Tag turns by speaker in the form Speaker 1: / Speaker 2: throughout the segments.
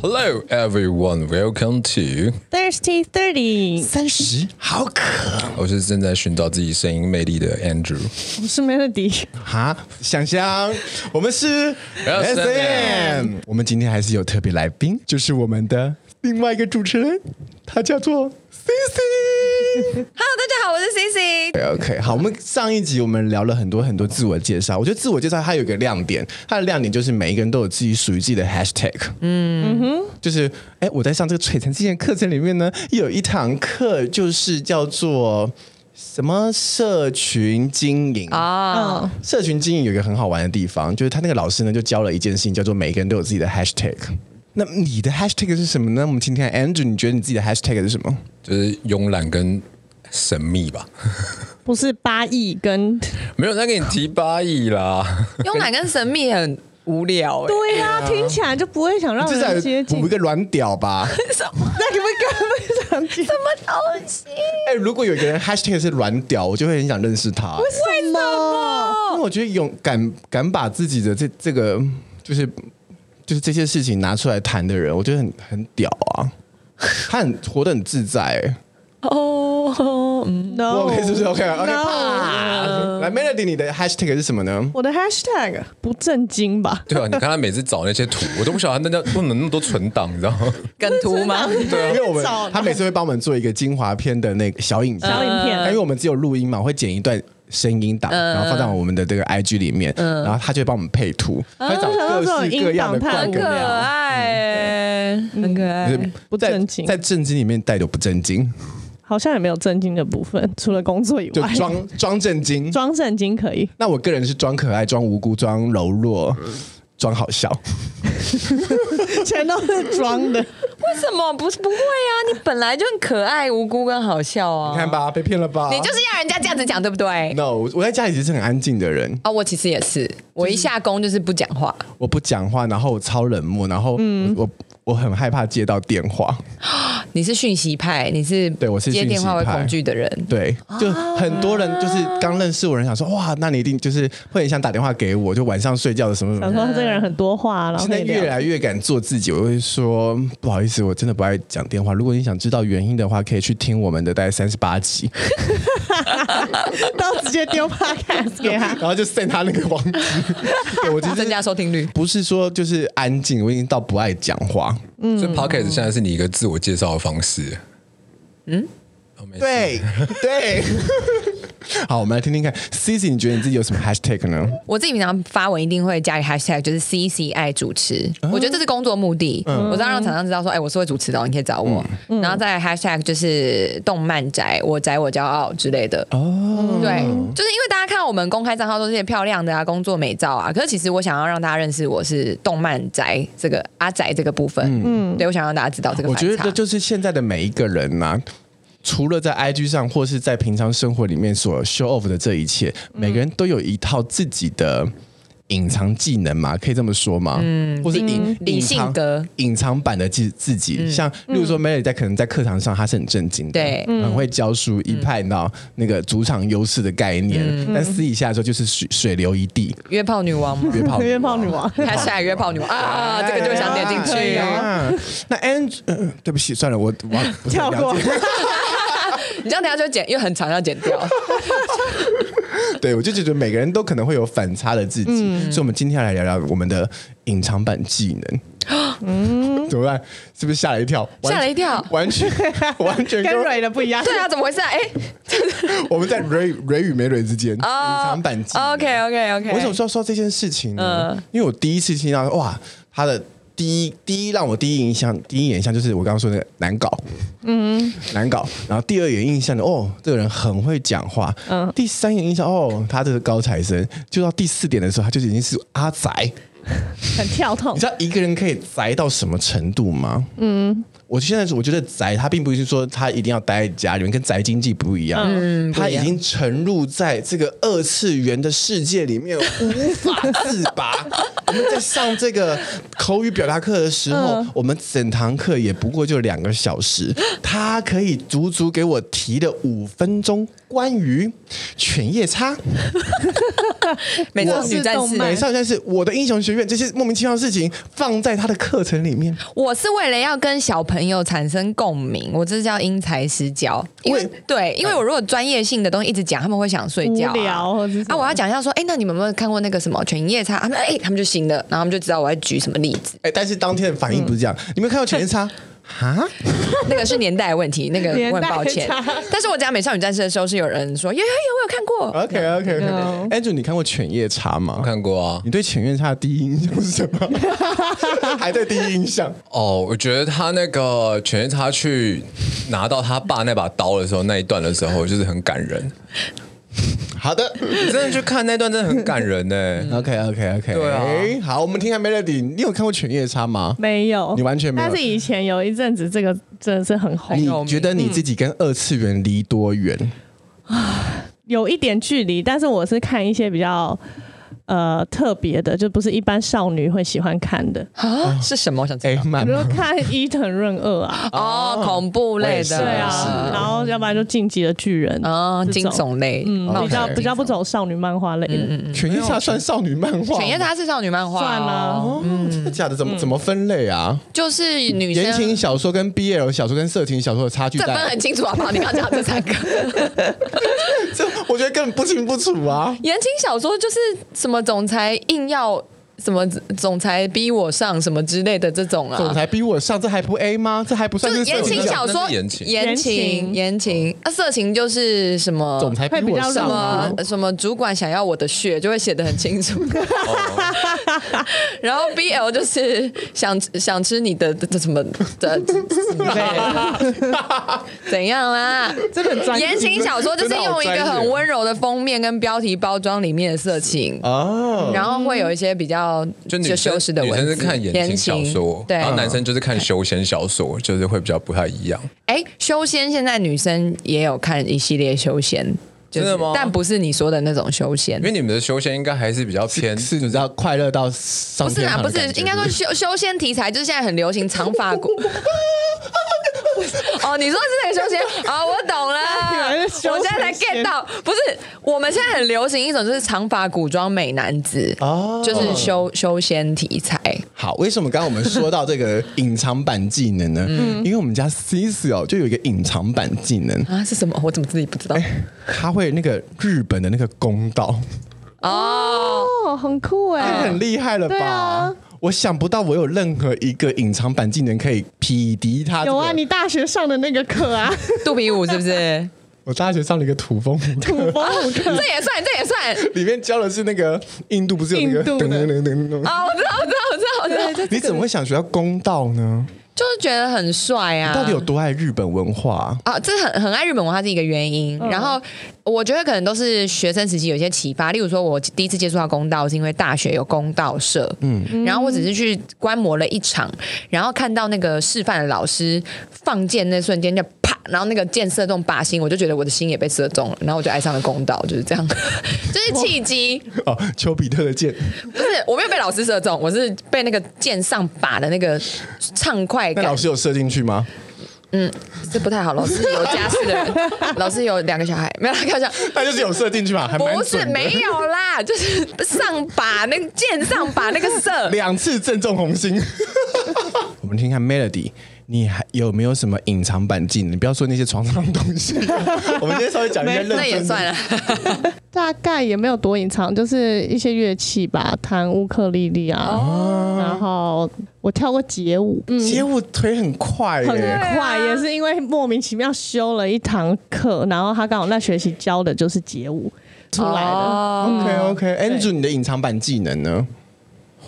Speaker 1: Hello everyone, welcome to。
Speaker 2: Thirsty Thirty，
Speaker 3: 三十，好渴
Speaker 1: 我是正在寻找自己声音魅力的 Andrew。
Speaker 2: 我是 Melody。
Speaker 3: 哈！想香，我们是
Speaker 1: S&M
Speaker 3: SM，我们今天还是有特别来宾，就是我们的另外一个主持人，他叫做 CC。
Speaker 4: Hello，大家好，我是 C C。
Speaker 3: OK，好，我们上一集我们聊了很多很多自我介绍，我觉得自我介绍它有一个亮点，它的亮点就是每一个人都有自己属于自己的 hashtag。嗯哼，就是哎，我在上这个璀璨之前课程里面呢，有一堂课就是叫做什么社群经营
Speaker 4: 啊，
Speaker 2: 嗯，
Speaker 3: 社群经营有一个很好玩的地方，就是他那个老师呢就教了一件事情，叫做每个人都有自己的 hashtag。那你的 hashtag 是什么呢？我们今天 Andrew，你觉得你自己的 hashtag 是什么？
Speaker 1: 就是慵懒跟神秘吧，
Speaker 2: 不是八亿跟
Speaker 1: 没有人在给你提八亿啦。
Speaker 4: 慵懒跟神秘也很无聊哎、
Speaker 2: 对呀、听起来就不会想让
Speaker 3: 至
Speaker 2: 人接
Speaker 3: 少
Speaker 2: 近
Speaker 3: 补一。个软屌吧。
Speaker 4: 啊
Speaker 2: 那你们根本不想接？
Speaker 4: 什么东西？
Speaker 3: 哎、如果有一个人 hashtag 是软屌，我就会很想认识他、
Speaker 2: 为什么？
Speaker 3: 因为我觉得勇敢敢把自己的这这个就是就是这些事情拿出来谈的人，我觉得很很屌啊。他很活得很自在、欸。
Speaker 4: 哦，嗯，
Speaker 2: No，
Speaker 3: OK，是不是 OK？OK，、
Speaker 2: Oh， No
Speaker 3: 啪！来，Melody，你的 hashtag 是什么呢？
Speaker 2: 我的 Hashtag 不正经吧？
Speaker 1: 对啊，你看他每次找那些图，我都不晓得他那叫不能那么多存档，你知道吗？
Speaker 4: 梗图吗？
Speaker 3: 因为我们
Speaker 2: 找
Speaker 3: 他每次会帮我们做一个精华片的那个小影片，
Speaker 2: 小影片
Speaker 3: 因为我们只有录音嘛，我会剪一段声音档，然后放在我们的这个 IG 里面，然后他就会帮我们配图，他会找各式各样的
Speaker 2: 啊
Speaker 3: 冠
Speaker 2: 我想到这种音档
Speaker 4: 很
Speaker 3: 跟
Speaker 4: 可
Speaker 3: 料。
Speaker 4: 爱、欸，很可爱。
Speaker 3: 就是
Speaker 2: 不
Speaker 3: 在
Speaker 2: 正经
Speaker 3: 在正经里面带着不正经，
Speaker 2: 好像也没有正经的部分，除了工作以
Speaker 3: 就
Speaker 2: 外，
Speaker 3: 装装正经。
Speaker 2: 装正经可以。
Speaker 3: 那我个人是装可爱、装无辜、装柔弱、装好笑。
Speaker 2: 全都是装的。
Speaker 4: 为什么不不会啊？你本来就很可爱、无辜跟好笑啊！
Speaker 3: 你看，吧，被骗了吧？
Speaker 4: 你就是要人家这样子讲，对不对？
Speaker 3: no，我在家里其实是很安静的人，
Speaker 4: 啊、我其实也是，我一下工就是不讲话。
Speaker 3: 我不讲话，然后我超冷漠，然后
Speaker 2: 嗯
Speaker 3: 我我我很害怕接到电话。
Speaker 4: 你是讯息派，你是
Speaker 3: 对我是
Speaker 4: 接
Speaker 3: 讯息
Speaker 4: 电话会
Speaker 3: 派
Speaker 4: 恐惧的人。
Speaker 3: 对，就很多人就是刚认识我的人想说，哇，那你一定就是会很想打电话给我，就晚上睡觉的什么什
Speaker 2: 想
Speaker 3: 么。
Speaker 2: 说这个人很多话，然后
Speaker 3: 现在
Speaker 2: 可以聊
Speaker 3: 越来越敢做自己，我会说不好意思，我真的不爱讲电话。如果你想知道原因的话，可以去听我们的大概三十八集，
Speaker 2: 到直接丢 Podcast 给他。
Speaker 3: 然后就 send 他那个网址。对我其
Speaker 4: 增
Speaker 3: 实
Speaker 4: 加收听率，
Speaker 3: 不是说就是安静，我已经到不爱讲话。
Speaker 1: 所以 Podcast 现在是你一个自我介绍的方式。嗯，哦、没事，
Speaker 3: 对 对，好，我们来听听看，Cici，你觉得你自己有什么 hashtag 呢？
Speaker 4: 我自己平常发文一定会加一个 hashtag，就是 C C I 主持。
Speaker 3: 啊
Speaker 4: 我觉得这是工作目的，
Speaker 3: 嗯
Speaker 4: 我是要让厂商知道说，哎、我是会主持的哦，你可以找我。然后再来 hashtag 就是动漫宅，我宅我骄傲之类的。
Speaker 3: 哦，
Speaker 4: 对，就是因为大家看我们公开账号都是些漂亮的啊，工作美照啊。可是其实我想要让大家认识我是动漫宅这个阿宅这个部分。嗯，对我想让大家知道这个
Speaker 3: 我
Speaker 4: 反差。
Speaker 3: 觉得就是现在的每一个人呐、啊除了在 IG 上或是在平常生活里面所 show off 的这一切，
Speaker 4: 嗯
Speaker 3: 每个人都有一套自己的隐藏技能嘛，可以这么说吗？嗯，或是隐
Speaker 4: 理
Speaker 3: 隐藏
Speaker 4: 性格嗯
Speaker 3: 隐藏版的自自己，像例如说 Mary 在可能在课堂上她是很正经的，
Speaker 4: 对嗯
Speaker 3: 很会教书，一派到那个主场优势的概念，但私底下的时候就是水水流一地，
Speaker 4: 约炮女王嘛
Speaker 3: 约炮
Speaker 2: 约炮女王，
Speaker 4: ，hashtag 约炮女王啊，这个就想点进
Speaker 3: 哎
Speaker 4: 去。
Speaker 3: 呀那 Andrew，、呃对不起，算了，我我不太
Speaker 2: 跳
Speaker 3: 了解
Speaker 2: 过。
Speaker 4: 你这样等下就会剪，因为很长要剪掉。
Speaker 3: 对，我就觉得每个人都可能会有反差的自己，
Speaker 4: 嗯
Speaker 3: 所以我们今天要来聊聊我们的隐藏版技 能。嗯，怎么办？是不是吓了一跳？完
Speaker 4: 吓了一跳
Speaker 3: 完 全完全
Speaker 2: 跟
Speaker 3: 跟
Speaker 2: 蕊的不一样。
Speaker 4: 对啊，怎么回事啊？哎、
Speaker 3: 我们在蕊蕊与没蕊之间，隐藏版技能。
Speaker 4: o k 哦 OK OK，
Speaker 3: 我为什么说说这件事情呢？因为我第一次听到，哇，他的第一第一让我第一印象，第一眼印象就是我刚刚说那个难搞，嗯，难搞。然后第二眼印象呢，哦，这个人很会讲话。嗯，第三眼印象，哦，他这个高材生。就到第四点的时候，他就已经是阿宅。
Speaker 2: 很跳痛
Speaker 3: 你知。道一个人可以宅到什么程度吗？嗯，我现在是我觉得宅，他并不是说他一定要待在家里面，跟宅经济不一样。嗯，他已经 沉入在这个二次元的世界里面，无法自拔。我们在上这个口语表达课的时候，我们整堂课也不过就两个小时，他可以足足给我提了五分钟关于犬夜叉、
Speaker 4: 美少女战
Speaker 2: 我是
Speaker 4: 士
Speaker 2: 动。漫
Speaker 3: 美少女战士、我的英雄学院这些莫名其妙的事情，放在他的课程里面。
Speaker 4: 我是为了要跟小朋友产生共鸣，我这叫因材施教。因为
Speaker 3: 喂
Speaker 4: 对，
Speaker 3: 嗯
Speaker 4: 因为我如果专业性的东西一直讲，他们会想睡觉、啊。
Speaker 2: 无聊或者是什么
Speaker 4: 啊，我要讲一下说，哎、那你们有没有看过那个什么《犬夜叉》？他们哎、他们就行了，然后他们就知道我在举什么例子。
Speaker 3: 哎，但是当天的反应不是这样，
Speaker 4: 嗯
Speaker 3: 你们看到犬夜叉啊？
Speaker 4: 那个是年代的问题，那个我很抱歉
Speaker 2: 年代差。
Speaker 4: 但是我讲《美少女战士》的时候，是有人说，有有有，我有看
Speaker 3: OK
Speaker 4: 过。
Speaker 3: OK OK。Andrew，你看哎过《犬夜叉》吗
Speaker 1: 我？看过啊。
Speaker 3: 你对《犬夜叉》的第一印象是什 么？ 还在第一印象？
Speaker 1: 哦，我觉得他那个犬夜叉去拿到他爸那把刀的时候，那一段的时候就是很感人。
Speaker 3: 好的。
Speaker 4: 嗯
Speaker 1: 你真的去看那段，真的很感人呢、欸
Speaker 3: OK OK OK。
Speaker 1: 对啊
Speaker 3: 哎好，我们听下 Melody，你有看过《犬夜叉》吗？
Speaker 2: 没有，
Speaker 3: 你完全没有
Speaker 2: 但是以前有一阵子，这个真的是很红，
Speaker 3: 你觉得
Speaker 4: 嗯
Speaker 3: 你自己跟二次元离多远？
Speaker 2: 有一点距离。但是我是看一些比较呃特别的，就不是一般少女会喜欢看的，
Speaker 4: 啊，是什么？我想知
Speaker 3: 哎
Speaker 4: 道。，
Speaker 3: 慢
Speaker 2: 比如
Speaker 3: 慢。
Speaker 2: 看伊藤润二 啊，
Speaker 4: 哦，恐怖类
Speaker 3: 哎我
Speaker 4: 的，
Speaker 3: 也是
Speaker 2: 对
Speaker 3: 是
Speaker 2: 啊，然后要不然就晋级的巨人
Speaker 4: 啊，
Speaker 2: 这
Speaker 4: 惊
Speaker 2: 种
Speaker 4: 悚类，
Speaker 2: 嗯，
Speaker 3: 哦
Speaker 4: 冒
Speaker 2: 比较
Speaker 4: 险
Speaker 2: 比较不走少女漫画类的。
Speaker 3: 犬夜叉算少女漫画吗？
Speaker 4: 嗯犬夜叉是少女漫画、哦，
Speaker 2: 算啊
Speaker 3: 哦，真的假的？怎么怎么分类啊？
Speaker 4: 就是女
Speaker 3: 言情
Speaker 4: 生。
Speaker 3: 小说跟 BL 小说跟色情小说的差距
Speaker 4: 这分
Speaker 3: 在，
Speaker 4: 很清楚好不好？你刚讲这 三个
Speaker 3: 这我觉得根本不清不楚啊。
Speaker 4: 言情小说就是什么总裁硬要什么总裁逼我上什么之类的这种
Speaker 3: 总
Speaker 4: 啊，
Speaker 3: 裁逼我上，这还不 A 吗？这还不算
Speaker 4: 就是是
Speaker 3: 色
Speaker 4: 言
Speaker 3: 情
Speaker 4: 情
Speaker 3: 小
Speaker 4: 小
Speaker 1: 那
Speaker 4: 说
Speaker 1: 是言情
Speaker 4: 言情言情啊，色情就是什么
Speaker 3: 总裁逼我
Speaker 4: 什
Speaker 3: 上啊
Speaker 4: 么？什么主管想要我的血，就会写的很清楚。
Speaker 1: 哦
Speaker 4: 然后 BL 就是想想吃你的这什么的 怎样啦？
Speaker 2: 这个很专业
Speaker 4: 言情小说就是用一个很温柔的封面跟标题包装里面的色情。
Speaker 3: 哦，
Speaker 4: 然后会有一些比较
Speaker 1: 就女生
Speaker 4: 修饰的
Speaker 1: 女
Speaker 4: 文字，
Speaker 1: 生是看言情小说，
Speaker 4: 对
Speaker 1: 然，后男生就是看休闲小说，就是会比较不太一样。
Speaker 4: 哎，修仙现在女生也有看一系列修仙，就
Speaker 1: 真
Speaker 4: 是、
Speaker 1: 的吗
Speaker 4: 但不是你说的那种修仙
Speaker 1: 因，为你们的休闲应该还是比较偏，
Speaker 3: 是你知道快乐到上
Speaker 4: 不是
Speaker 3: 天
Speaker 4: 啦，
Speaker 3: 堂
Speaker 4: 不
Speaker 3: 的
Speaker 4: 是
Speaker 3: 感，觉
Speaker 4: 应该说
Speaker 3: 不
Speaker 4: 修修仙题材就是现在很流行长发古。 哦，你说是那个修仙？哦，我懂
Speaker 2: 原来
Speaker 4: 了，
Speaker 2: 是修仙
Speaker 4: 我现在才 get 到，不是我们现在很流行一种就是长发古装美男子，
Speaker 3: 哦
Speaker 4: 就是修修仙题材。
Speaker 3: 好，为什么刚刚我们说到这个隐藏版技 能呢？
Speaker 2: 嗯
Speaker 3: 因为我们家 C C 哦，就有一个隐藏版技能，
Speaker 4: 啊，是什么？我怎么自己不知道？
Speaker 3: 他会那个日本的那个公 道，
Speaker 4: 哦，
Speaker 2: 哦，很酷哎、
Speaker 3: 很厉害了吧？
Speaker 2: 对啊
Speaker 3: 我想不到我有任何一个隐藏版技能可以匹敌他、这
Speaker 2: 有
Speaker 3: 个
Speaker 2: 啊，你大学上的那个课 啊，
Speaker 4: 肚皮舞是不是？
Speaker 3: 我大学上了一个土风舞课，
Speaker 2: 土风舞课，
Speaker 4: 这也算，这也算。
Speaker 3: 里面教的是那个印度不是有那个
Speaker 2: 印度的
Speaker 3: 噔噔噔噔噔
Speaker 4: 啊，我知道，我知道，我知道，我知道。
Speaker 3: 你怎么会想学到公道呢？
Speaker 4: 就是觉得很帅啊！
Speaker 3: 到底有多爱日本文化啊？
Speaker 4: 啊？这很很爱日本文化是一个原因。然后我觉得可能都是学生时期有一些启发，例如说我第一次接触到公道是因为大学有公道社，嗯，然后我只是去观摩了一场，然后看到那个示范的老师放箭那瞬间就啪。然后那个箭射中靶心，我就觉得我的心也被射中了，然后我就爱上了公道，就是这样， 就是契机。
Speaker 3: 哦，丘比特的箭，
Speaker 4: 不是，我没有被老师射中，我是被那个箭上靶的那个畅快
Speaker 3: 那
Speaker 4: 感
Speaker 3: 老师有射进去吗？
Speaker 4: 这不太好，老师有家室的人，老师有两个小孩，没有啦开玩笑，
Speaker 3: 那就是有射进去嘛，还蛮
Speaker 4: 不是
Speaker 3: 准的，
Speaker 4: 没有 啦，就是上把那个箭上把那个射
Speaker 3: 两次正中红 心。我们听看 Melody，你还有没有什么隐藏版技能？你不要说那些床上的东 西。我们今天稍微讲一些认真的，
Speaker 4: 那也算了。
Speaker 2: 大概也没有多隐藏，就是一些乐器吧，弹乌克丽丽啊，
Speaker 3: 哦
Speaker 2: 然后我跳过街舞，嗯，
Speaker 3: 街舞腿很快耶、
Speaker 2: 很快，也是因为莫名其妙修了一堂课，然后他刚好那学期教的就是街舞出来的。
Speaker 4: 哦
Speaker 3: OK OK，Andrew，你的隐藏版技能呢？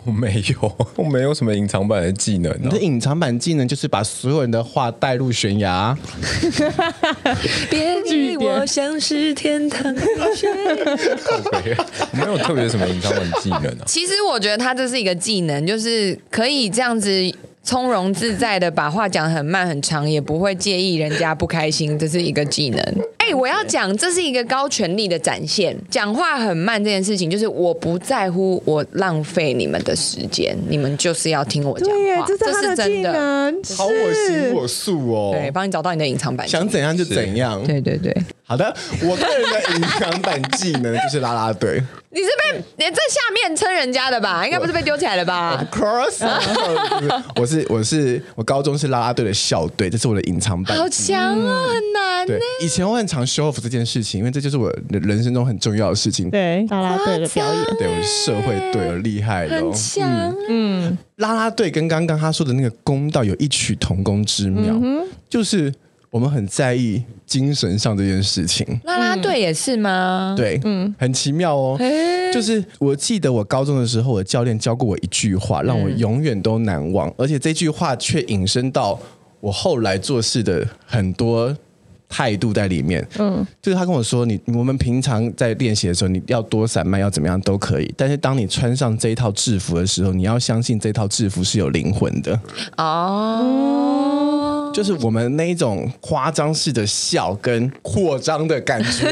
Speaker 1: 我没有， 我没有什么隐藏版的技能、
Speaker 3: 你
Speaker 1: 啊
Speaker 3: 的。隐藏版技能就是把所有人的话带入悬崖。
Speaker 4: 别
Speaker 2: 据
Speaker 4: 离
Speaker 2: 点
Speaker 4: 我像是天堂的水。。
Speaker 1: 靠北 我没有特 别什么隐藏版技能啊
Speaker 4: 其实我觉得他这是一个技能，就是可以这样子。从容自在的把话讲很慢很长，也不会介意人家不开心，这是一个技 能。哎、我要讲，这是一个高权力的展现。讲话很慢这件事情，就是我不在乎我浪费你们的时间，你们就是要听我讲
Speaker 2: 对耶
Speaker 4: 话，，
Speaker 2: 这是他
Speaker 4: 是
Speaker 2: 的技
Speaker 4: 真的。
Speaker 2: 能，
Speaker 3: 好我行
Speaker 2: 是
Speaker 3: 我素哦。
Speaker 4: 对，帮你找到你的隐藏版。
Speaker 3: 想怎样就怎样。
Speaker 4: 对对对，
Speaker 3: 好的，我个人的隐藏版技能就是啦啦 队。？
Speaker 4: 你是被你在下面撑人家的吧？应该不是被丢起来的吧
Speaker 3: Cross，我
Speaker 4: 啊
Speaker 3: 是我是我高中是啦啦队的校队，这是我的隐藏版。
Speaker 4: 好强哦，很
Speaker 3: 嗯
Speaker 4: 难
Speaker 3: 对
Speaker 4: 呢。，
Speaker 3: 以前我很常 show off 这件事情，因为这就是我人生中很重要的事情。
Speaker 2: 对啦啦队的表演，
Speaker 3: 对，我是社会队有厉害的、哦
Speaker 4: 很，强， 啊
Speaker 3: 啦啦队跟刚刚他说的那个公道有异曲同工之妙，
Speaker 4: 嗯
Speaker 3: 就是我们很在意精神上这件事情。
Speaker 4: 啦啦队也是吗？
Speaker 3: 对，嗯，很奇妙哦。就是我记得我高中的时候，我教练教过我一句话，让我永远都难忘，而且这句话却引申到我后来做事的很多态度在里面。嗯，就是他跟我说，你我们平常在练习的时候，你要多散漫，要怎么样都可以，但是当你穿上这一套制服的时候，你要相信这套制服是有灵魂的。
Speaker 4: 哦，
Speaker 3: 就是我们那一种夸张式的笑跟扩张的感 觉，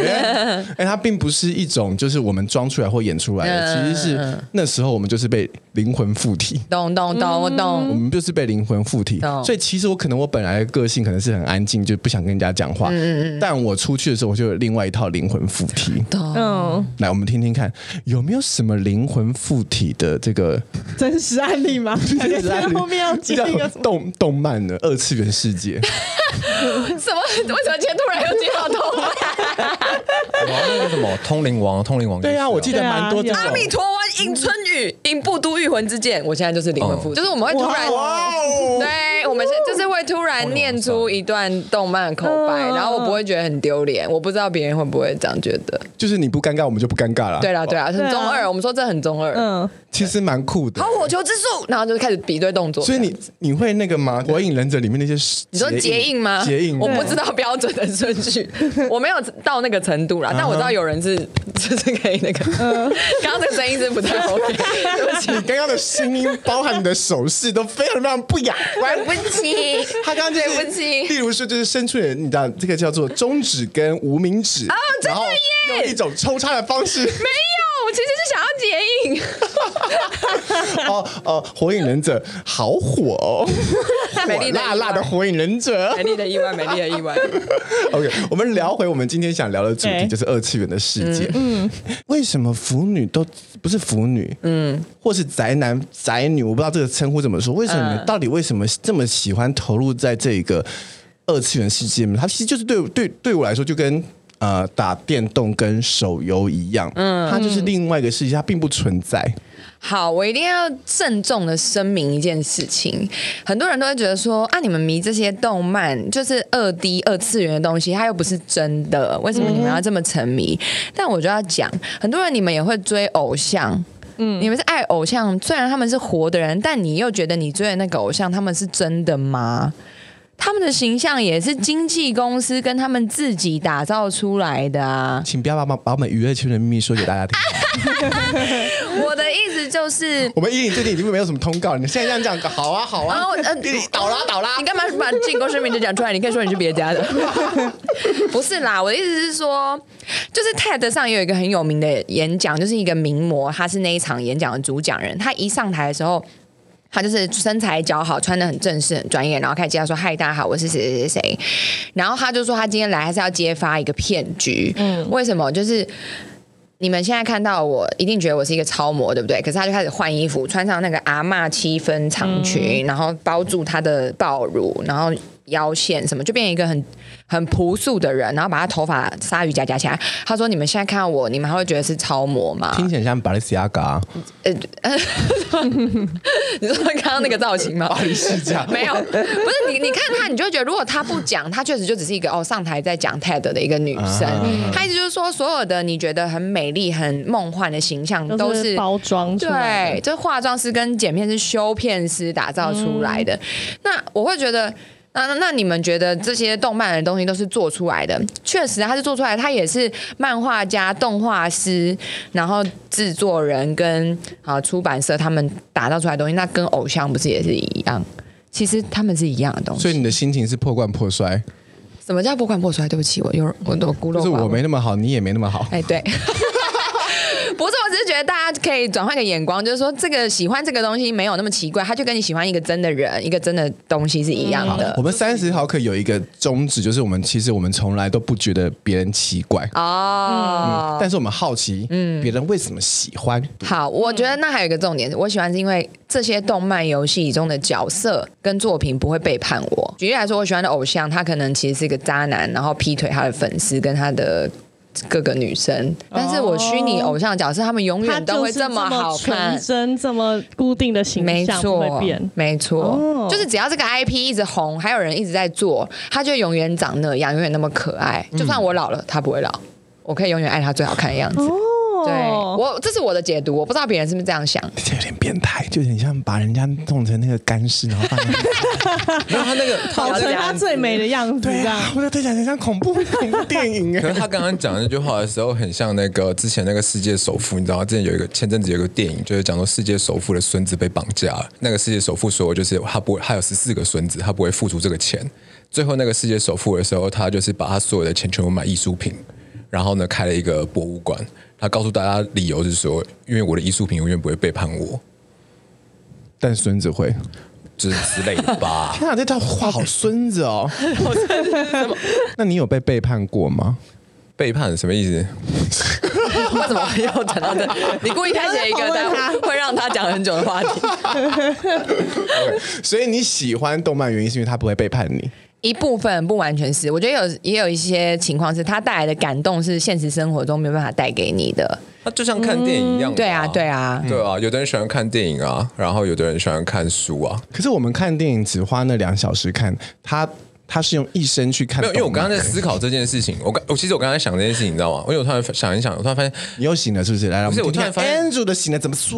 Speaker 3: 哎，它并不是一种就是我们装出来或演出来的，
Speaker 4: 嗯
Speaker 3: 其实是那时候我们就是被灵魂附体。
Speaker 4: 懂懂懂，我
Speaker 3: 我
Speaker 4: 懂。
Speaker 3: 们就是被灵魂附体，
Speaker 4: 懂
Speaker 3: 所以其实我可能我本来的个性可能是很安静，就不想跟人家讲话。但我出去的时候，我就有另外一套灵魂附 体。
Speaker 2: 嗯，
Speaker 3: 来，我们听听看有没有什么灵魂附体的这个
Speaker 2: 真实案例吗？感觉在后面要接
Speaker 3: 这
Speaker 2: 一
Speaker 3: 叫
Speaker 2: 个什么？
Speaker 3: 动动漫的二次元世界。
Speaker 4: 什么？为什么今天突然又接到动漫？
Speaker 1: 玩那个什么通灵王，通灵王
Speaker 3: 对啊，我记
Speaker 1: 得
Speaker 3: 得蛮多这
Speaker 2: 对啊
Speaker 3: 种
Speaker 4: 阿。弥陀湾迎春雨，迎不都御魂之剑。我现在就是灵魂附体，就是我们会突然。
Speaker 3: 哦
Speaker 4: 对，我们现就是会突然念出一段动漫口白，然后我不会觉得很丢脸，我不知道别人会不会这样觉得。
Speaker 3: 就是你不尴尬，我们就不尴尬了。
Speaker 4: 对，啦，对啦，很中二，我们说这很中二。
Speaker 2: 嗯，
Speaker 3: 其实蛮酷的
Speaker 4: 好。，火哦球之术，然后就开始比对动作。
Speaker 3: 所以
Speaker 4: 这样
Speaker 3: 你你会那个吗？《火影忍者》里面那些
Speaker 4: 你说结印吗？
Speaker 3: 结印，
Speaker 4: 我
Speaker 3: 对
Speaker 4: 不知道标准的顺序， 我没有到那个程度啦。但我知
Speaker 3: 嗯
Speaker 4: 道有人是 就是可以那个， 刚刚这个声音是不太 OK，对 不起，
Speaker 3: 你刚刚的声音，包含你的手势，都非常非常 不雅观。
Speaker 4: 不起。
Speaker 3: 他刚刚就是
Speaker 4: 对不起
Speaker 3: 例如说就是伸出你的，你知道这个叫做中指跟无名指，哦
Speaker 4: 啊真的耶
Speaker 3: 用一种抽插的方式。
Speaker 4: 没有，我其实是想要结印。
Speaker 3: 哦哦，火影忍者好火哦，
Speaker 4: 美
Speaker 3: 火
Speaker 4: 丽的
Speaker 3: 辣辣的火影忍者
Speaker 4: 美。丽的意外，美丽的意外。
Speaker 3: OK，我们聊回我们今天想聊的主题，
Speaker 2: 对
Speaker 3: 就是二次元的世界。嗯，为什么腐女都不是腐女？嗯，或是宅男宅女，我不知道这个称呼怎么说。为什么你们到底为什么这么喜欢投入在这个二次元世界呢？它其实就是对对对我来说，就跟。呃，打电动跟手游一样，嗯，它就是另外一个世界，它并不存在。
Speaker 4: 好，我一定要郑重的声明一件事情，很多人都会觉得说，啊，你们迷这些动漫就是二 D 二次元的东西，它又不是真的，为什么你们要这么沉迷？但我就要讲，很多人你们也会追偶像。嗯，你们是爱偶像，虽然他们是活的人，但你又觉得你追的那个偶像他们是真的吗？他们的形象也是经纪公司跟他们自己打造出来的啊。
Speaker 3: 请不要把把把我们娱乐圈的秘密说给大家听。
Speaker 4: 我的意思就是，
Speaker 3: 我们依林最近已经没有什么通告，你现在这样讲，好啊好啊
Speaker 4: 啊，我呃，
Speaker 3: 依林倒啦倒啦
Speaker 4: 你，干嘛把进攻声明就讲出来？你可以说你是 别家的，不是啦。我的意思是说，就是 TED 上也有一个很有名的演讲，就是一个名模，她是那一场演讲的主讲人。她一上台的时候。她就是身材姣好，穿的很正式、很专业，然后开始介绍说：“嗨，大家好，我是谁谁谁谁。”然后她就说，她今天来还是要揭发一个骗局。嗯，为什么？就是你们现在看到我，一定觉得我是一个超模，对不对？可是她就开始换衣服，穿上那个阿嬷七分长裙，然后包住她的爆乳，然后腰线什么，就变成一个很很朴素的人，然后把她头发鲨鱼夹夹起来。她说：“你们现在看到我，你们还会觉得是超模吗？”
Speaker 3: 听起来像 Balenciaga。
Speaker 4: 你说刚刚那个造型吗？
Speaker 3: 巴黎世家
Speaker 4: 没有，不是你，你看她，你就会觉得，如果她不讲，她确实就只是一个哦上台在讲 TED 的一个女
Speaker 3: 啊
Speaker 4: 生。她意思就是说，所有的你觉得很美丽、很梦幻的形象，都
Speaker 2: 都
Speaker 4: 是
Speaker 2: 是包装出来的，，
Speaker 4: 对这化妆师跟剪片是修片师打造出来
Speaker 3: 嗯
Speaker 4: 的。那我会觉得。那那那你们觉得这些动漫的东西都是做出来的？确实，啊它是做出来的，它也是漫画家、动画师，然后制作人跟啊出版社他们打造出来的东西。那跟偶像不是也是一样？其实他们是一样的东西。
Speaker 3: 所以你的心情是破罐破摔，
Speaker 4: 什么叫破罐破摔？对不起，我有我我孤陋
Speaker 3: 就是
Speaker 4: 寡
Speaker 3: 我
Speaker 4: 闻
Speaker 3: 没那么好，你也没那么好。
Speaker 4: 哎，对。 不是，我只是觉得大家可以转换个眼光，就是说这个喜欢这个东西没有那么奇怪，它就跟你喜欢一个真的人、一个真的东西是一样的
Speaker 3: 我们三十毫克有一个宗旨，就是我们其实我们从来都不觉得别人奇怪，
Speaker 4: 哦。
Speaker 2: 嗯
Speaker 3: 但是我们好奇，啊嗯，别人为什么喜欢？
Speaker 4: 好，我觉得那还有一个重点，我喜欢是因为这些动漫游戏中的角色跟作品不会背叛我。举例来说，我喜欢的偶像，他可能其实是一个渣男，然后劈腿他的粉丝跟他的。各个女生，但是我虚拟偶像的角色，他们永
Speaker 2: 哦他
Speaker 4: 远都
Speaker 2: 就
Speaker 4: 会
Speaker 2: 是
Speaker 4: 这么好看
Speaker 2: 纯，真，这么固定的形
Speaker 4: 没
Speaker 2: 象不会
Speaker 4: 错
Speaker 2: 变，。
Speaker 4: 没错，
Speaker 2: 哦
Speaker 4: 就是只要这个 IP 一直红，还有人一直在做，它就永远长那样，永远那么可爱。就
Speaker 2: 嗯
Speaker 4: 算我老了，它不会老，我可以永远爱它最好看的样子。对
Speaker 2: 哦，
Speaker 4: 我，这是我的解读，我不知道别人是不是这样想。
Speaker 3: 这有点变态，就很像把人家弄成那个干尸，然后放在那里
Speaker 1: 然后他那个
Speaker 2: 保
Speaker 1: 他
Speaker 2: 存他最美的样子，这
Speaker 3: 对
Speaker 2: 样
Speaker 3: 啊，我在在想很像恐怖恐怖电影
Speaker 1: 可
Speaker 3: 哎。
Speaker 1: 是他刚刚讲那句话的时候，很像那个之前那个世界首富，你知道吗？之前有一个前阵子有一个电影，就是讲说世界首富的孙子被绑架了。那个世界首富说，就是他不会，他有十四个孙子，他不会付出这个钱。最后那个世界首富的时候，他就是把他所有的钱全部买艺术品，然后呢开了一个博物馆。他告诉大家理由是说，因为我的艺术品永远不会背叛我，
Speaker 3: 但孙子会，。
Speaker 1: 就是之类的吧
Speaker 3: 天啊，这套话好孙子 哦。那你有被背叛过吗？
Speaker 1: 背叛什么意思？
Speaker 4: 为什么要讲到这？你故意开启一个但会让他讲很久的话题，
Speaker 3: 所以你喜欢动漫原因是因为他不会背叛你。
Speaker 4: 一部分不完全是，我觉得有也有一些情况是它带来的感动是现实生活中没有办法带给你的。
Speaker 1: 他就像看电影一样、
Speaker 4: 对啊，对。啊，
Speaker 1: 对啊，有的人喜欢看电影啊，然后有的人喜欢看书啊，
Speaker 3: 可是我们看电影只花那两小时看，他他是用一生去看
Speaker 1: 没
Speaker 3: 动
Speaker 1: 有，因
Speaker 3: 漫。
Speaker 1: 为我刚刚在思考这件事情，我刚我其实我刚才想这件事情，你知道吗？因为我突然想一想，我突然发现，
Speaker 3: 你又醒了是不是？来，让
Speaker 1: 不是
Speaker 3: 们听
Speaker 1: 我
Speaker 3: 听
Speaker 1: 突然发
Speaker 3: Andrew 的醒了怎么说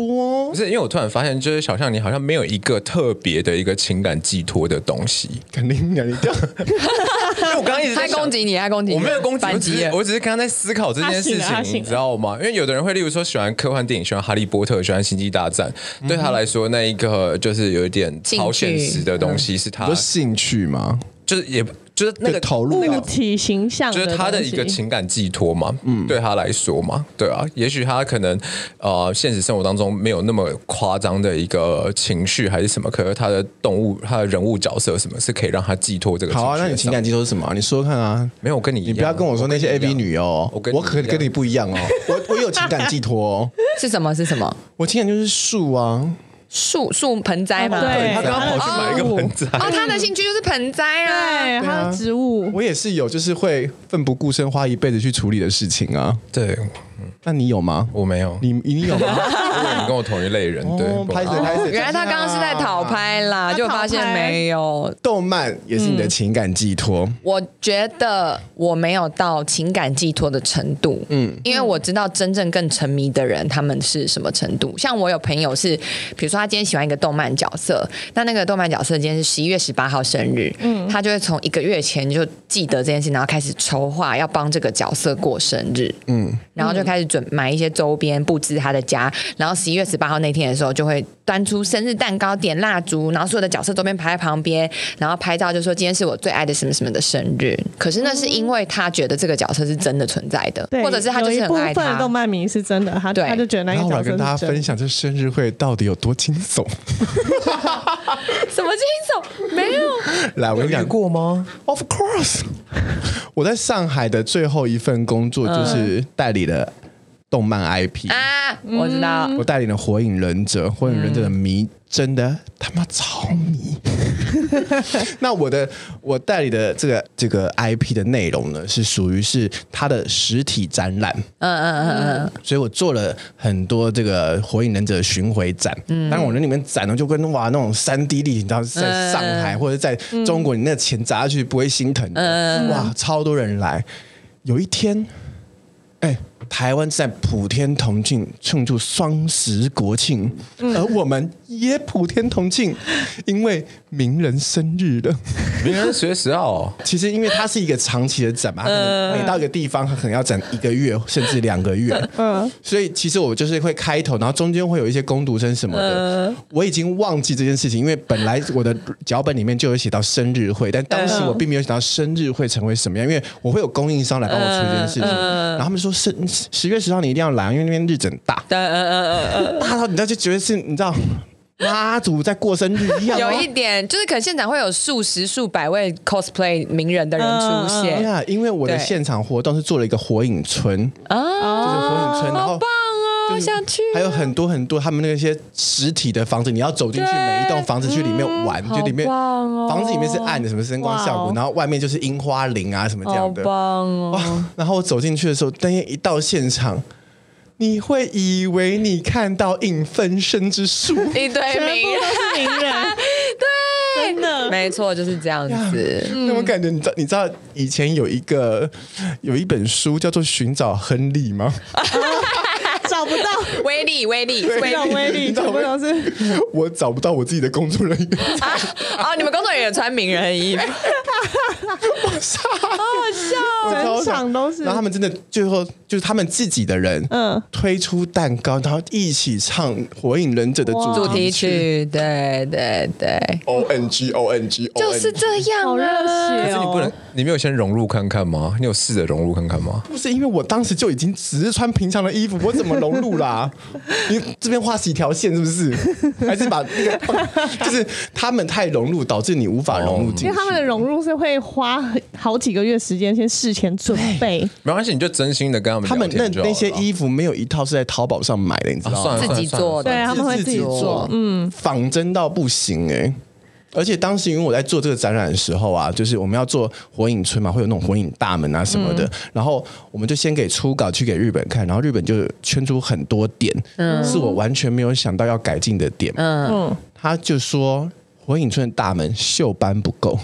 Speaker 1: 不？是因为我突然发现，就是小象你好像没有一个特别的一个情感寄托的东西。
Speaker 3: 肯定啊的，你掉。
Speaker 1: 因为我刚刚一直
Speaker 4: 他
Speaker 1: 在
Speaker 4: 攻
Speaker 1: 想。
Speaker 4: 击你，他攻击你，
Speaker 1: 我没有攻击，我
Speaker 4: 反
Speaker 1: 只
Speaker 4: 击
Speaker 1: 是
Speaker 4: 了
Speaker 1: 我只是刚刚在思考这件事
Speaker 2: 他醒了他
Speaker 1: 情，
Speaker 2: 醒了
Speaker 1: 你知道吗？因为有的人会，例如说喜欢科幻电影，喜欢《哈利波特》，喜欢《星际大战》，
Speaker 3: 嗯
Speaker 1: 对他来说，那一个就是有一点
Speaker 4: 兴趣嗯
Speaker 1: 超现实的东西，是他
Speaker 3: 有兴趣吗？
Speaker 1: 就是也就是啊那个
Speaker 3: 就投入
Speaker 1: 那
Speaker 2: 物
Speaker 1: 个
Speaker 2: 体形象
Speaker 1: 就是他的
Speaker 2: 东西
Speaker 1: 一个情感寄托嘛，嗯，对他来说嘛，对啊，也许他可能呃，现实生活当中没有那么夸张的一个情绪还是什么，可是他的动物、他的人物角色什么是可以让他寄托这个情绪
Speaker 3: 好
Speaker 1: 的。
Speaker 3: 啊，那你情感寄托是什么？你说说看啊。
Speaker 1: 没有我跟你一样，
Speaker 3: 你不要跟我说那些 A
Speaker 1: 跟
Speaker 3: V
Speaker 1: 你一样
Speaker 3: 女优哦，
Speaker 1: 我跟你
Speaker 3: 我可
Speaker 1: 一样
Speaker 3: 跟你不一样哦，我我有情感寄托哦，
Speaker 4: 是什么？是什么？
Speaker 3: 我情感就是树啊，
Speaker 4: 树树盆栽吗？
Speaker 2: 哦对
Speaker 1: 他刚刚跑去买一个盆栽，
Speaker 4: 哦，他的兴趣就是盆栽啊。
Speaker 2: 对，他的植物，
Speaker 3: 我也是有，就是会奋不顾身花一辈子去处理的事情啊。
Speaker 1: 对
Speaker 3: 那你有吗？
Speaker 1: 我没有，
Speaker 3: 你你有吗？
Speaker 1: 你跟我同一类人， 对，
Speaker 3: 哦
Speaker 1: 不好
Speaker 3: 拍
Speaker 1: 意思
Speaker 3: 手拍手！啊
Speaker 4: 原来他刚刚是在讨拍啦，
Speaker 2: 他
Speaker 4: 就
Speaker 2: 讨拍
Speaker 4: 发现没有。
Speaker 3: 动漫也是
Speaker 2: 嗯
Speaker 3: 你的情感寄托，
Speaker 4: 我觉得我没有到情感寄托的程度，嗯，因为我知道真正更沉迷的人他们是什么程度。像我有朋友是，比如说他今天喜欢一个动漫角色，那那个动漫角色今天是十一月十八号生日，嗯，他就会从一个月前就记得这件事，然后开始筹划要帮这个角色过生日，嗯，然后就开始准买一些周边布置他的家，然后十一月十八号那天的时候就会端出生日蛋糕、点蜡烛，然后所有的角色周边排在旁边，然后拍照就说今天是我最爱的什么什么的生日。可是那是因为他觉得这个角色是真的存在的，
Speaker 2: 对，
Speaker 4: 或者是他就
Speaker 2: 有
Speaker 4: 是
Speaker 2: 一部
Speaker 4: 很爱
Speaker 2: 分的动
Speaker 4: 他。
Speaker 2: 漫迷是真的，他
Speaker 4: 对
Speaker 2: 他就觉得那
Speaker 3: 然
Speaker 2: 个
Speaker 3: 后
Speaker 2: 角
Speaker 3: 我来
Speaker 2: 色
Speaker 3: 跟大家
Speaker 2: 是真
Speaker 3: 分
Speaker 2: 的。
Speaker 3: 享这生日会到底有多惊悚。
Speaker 4: 什么惊悚？没有，
Speaker 3: 来，我跟你讲，
Speaker 1: 过吗？
Speaker 3: Of course，我在上海的最后一份工作
Speaker 2: 嗯
Speaker 3: 就是代理了动漫 IP，、
Speaker 4: 啊，我知道。
Speaker 2: 嗯
Speaker 3: 我代理了《火影忍者》，《火影忍者》的迷、真的他妈超 迷。那我的我代理的这个这个 IP 的内容呢，是属于是它的实体展览，
Speaker 4: 嗯嗯嗯嗯，
Speaker 3: 所以我做了很多这个《火影忍者》巡回展，嗯，当然我那里面展呢就跟哇那种三 D 立体，你知道是在上
Speaker 4: 嗯
Speaker 3: 海、或者在中国，你那钱砸下去不会心疼的，
Speaker 4: 嗯
Speaker 3: 哇，超多人来。有一天，哎、台湾在普天同庆庆祝双十国庆，而我们也普天同庆，因为名人生日了。
Speaker 1: 明人学十 号，
Speaker 3: 其实因为它是一个长期的展嘛，它可
Speaker 4: 嗯
Speaker 3: 能每到一个地方，它可能要展一个月甚至两个 月。嗯，所以其实我就是会开头，然后中间会有一些攻读生什么
Speaker 4: 嗯
Speaker 3: 的。我已经忘记这件事情，因为本来我的脚本里面就有写到生日会，但当
Speaker 4: 嗯
Speaker 3: 时我并没有想到生日会成为什么样，因为我会有供应商来帮我出这件事情。
Speaker 4: 嗯
Speaker 3: 然后他们说是十月十号你一定要来，因为那边日整大，
Speaker 4: 嗯嗯嗯嗯
Speaker 3: 大到你知道就觉得是你知道。妈祖在过生日一样、
Speaker 4: 嗯，
Speaker 3: 哦，
Speaker 4: 有一点就是，可能现场会有数十数百位 cosplay 名人的人出
Speaker 3: 哎
Speaker 4: 现
Speaker 3: 呀，因为我的
Speaker 4: 对
Speaker 3: 现场活动是做了一个火影村，
Speaker 2: 嗯
Speaker 4: 啊，
Speaker 3: 就是火影村，然
Speaker 4: 好
Speaker 3: 后
Speaker 4: 棒哦，
Speaker 3: 就是
Speaker 4: 想去，
Speaker 3: 还有很多很多他们那些实体的房子，你要走进去
Speaker 4: 对
Speaker 3: 每一栋房子去里面玩，就里面、
Speaker 4: 好棒哦
Speaker 3: 房子里面是暗的，什么声光效
Speaker 2: 哇
Speaker 3: 果
Speaker 2: 哦，
Speaker 3: 然后外面就是樱花林啊什么这
Speaker 4: 好
Speaker 3: 样的。
Speaker 4: 棒哦，
Speaker 3: 哇！然后我走进去的时候，当天一到现场，你会以为你看到影分身之 术。
Speaker 4: 一堆名人，
Speaker 2: 是名人，对， 真 的。
Speaker 4: 没错，就是这样子。
Speaker 3: 那种感觉，你知道？你知道以前有一个有一本书叫做《寻找亨利》 吗？
Speaker 2: 找不到，
Speaker 4: 威力，威力，
Speaker 2: 没
Speaker 4: 威
Speaker 2: 有
Speaker 4: 力
Speaker 2: 威力，全部都是。
Speaker 3: 我找不到我自己的工作人员，
Speaker 4: 啊！哦，你们工作人员有穿名人衣服，
Speaker 3: 我超
Speaker 2: 整场都是
Speaker 3: 然后他们真的最后就是他们自己的人，
Speaker 2: 嗯
Speaker 3: 嗯，推出蛋糕，然后一起唱《火影忍者》的
Speaker 2: 哇
Speaker 3: 主
Speaker 4: 主题
Speaker 3: 题
Speaker 4: 曲，对对对，
Speaker 3: O N G O N G，
Speaker 4: 就是这样、啊，
Speaker 2: 好热
Speaker 1: 可
Speaker 2: 血哦
Speaker 1: 是你不能，你没有先融入看看吗？你有试着融入看看吗？
Speaker 3: 不是因为我当时就已经只是穿平常的衣服，我怎么融入啦、你这边画几条线是不是？还是把那个 就是他们太融入，导致你无法融入
Speaker 2: 因
Speaker 3: 进
Speaker 2: 为
Speaker 3: 去
Speaker 2: 他。们的融入是会花好几个月时间，先事前准备。
Speaker 1: 没关系，你就真心的跟他们
Speaker 3: 他们
Speaker 1: 聊
Speaker 3: 那
Speaker 1: 天就好
Speaker 3: 那
Speaker 1: 了
Speaker 3: 些衣服没有一套是在淘宝上买的，你知
Speaker 1: 啊
Speaker 3: 道吗？
Speaker 1: 算了
Speaker 4: 自己做的，
Speaker 2: 对他们会自己做，
Speaker 3: 嗯，仿真到不行哎、而且当时因为我在做这个展览的时候啊，就是我们要做火影村嘛，会有那种火影大门啊什么
Speaker 2: 嗯
Speaker 3: 的，然后我们就先给初稿去给日本看，然后日本就圈出很多点，是我完全没有想到要改进的点。
Speaker 4: 嗯，
Speaker 2: 嗯，
Speaker 3: 他就说火影村的大门锈斑不够，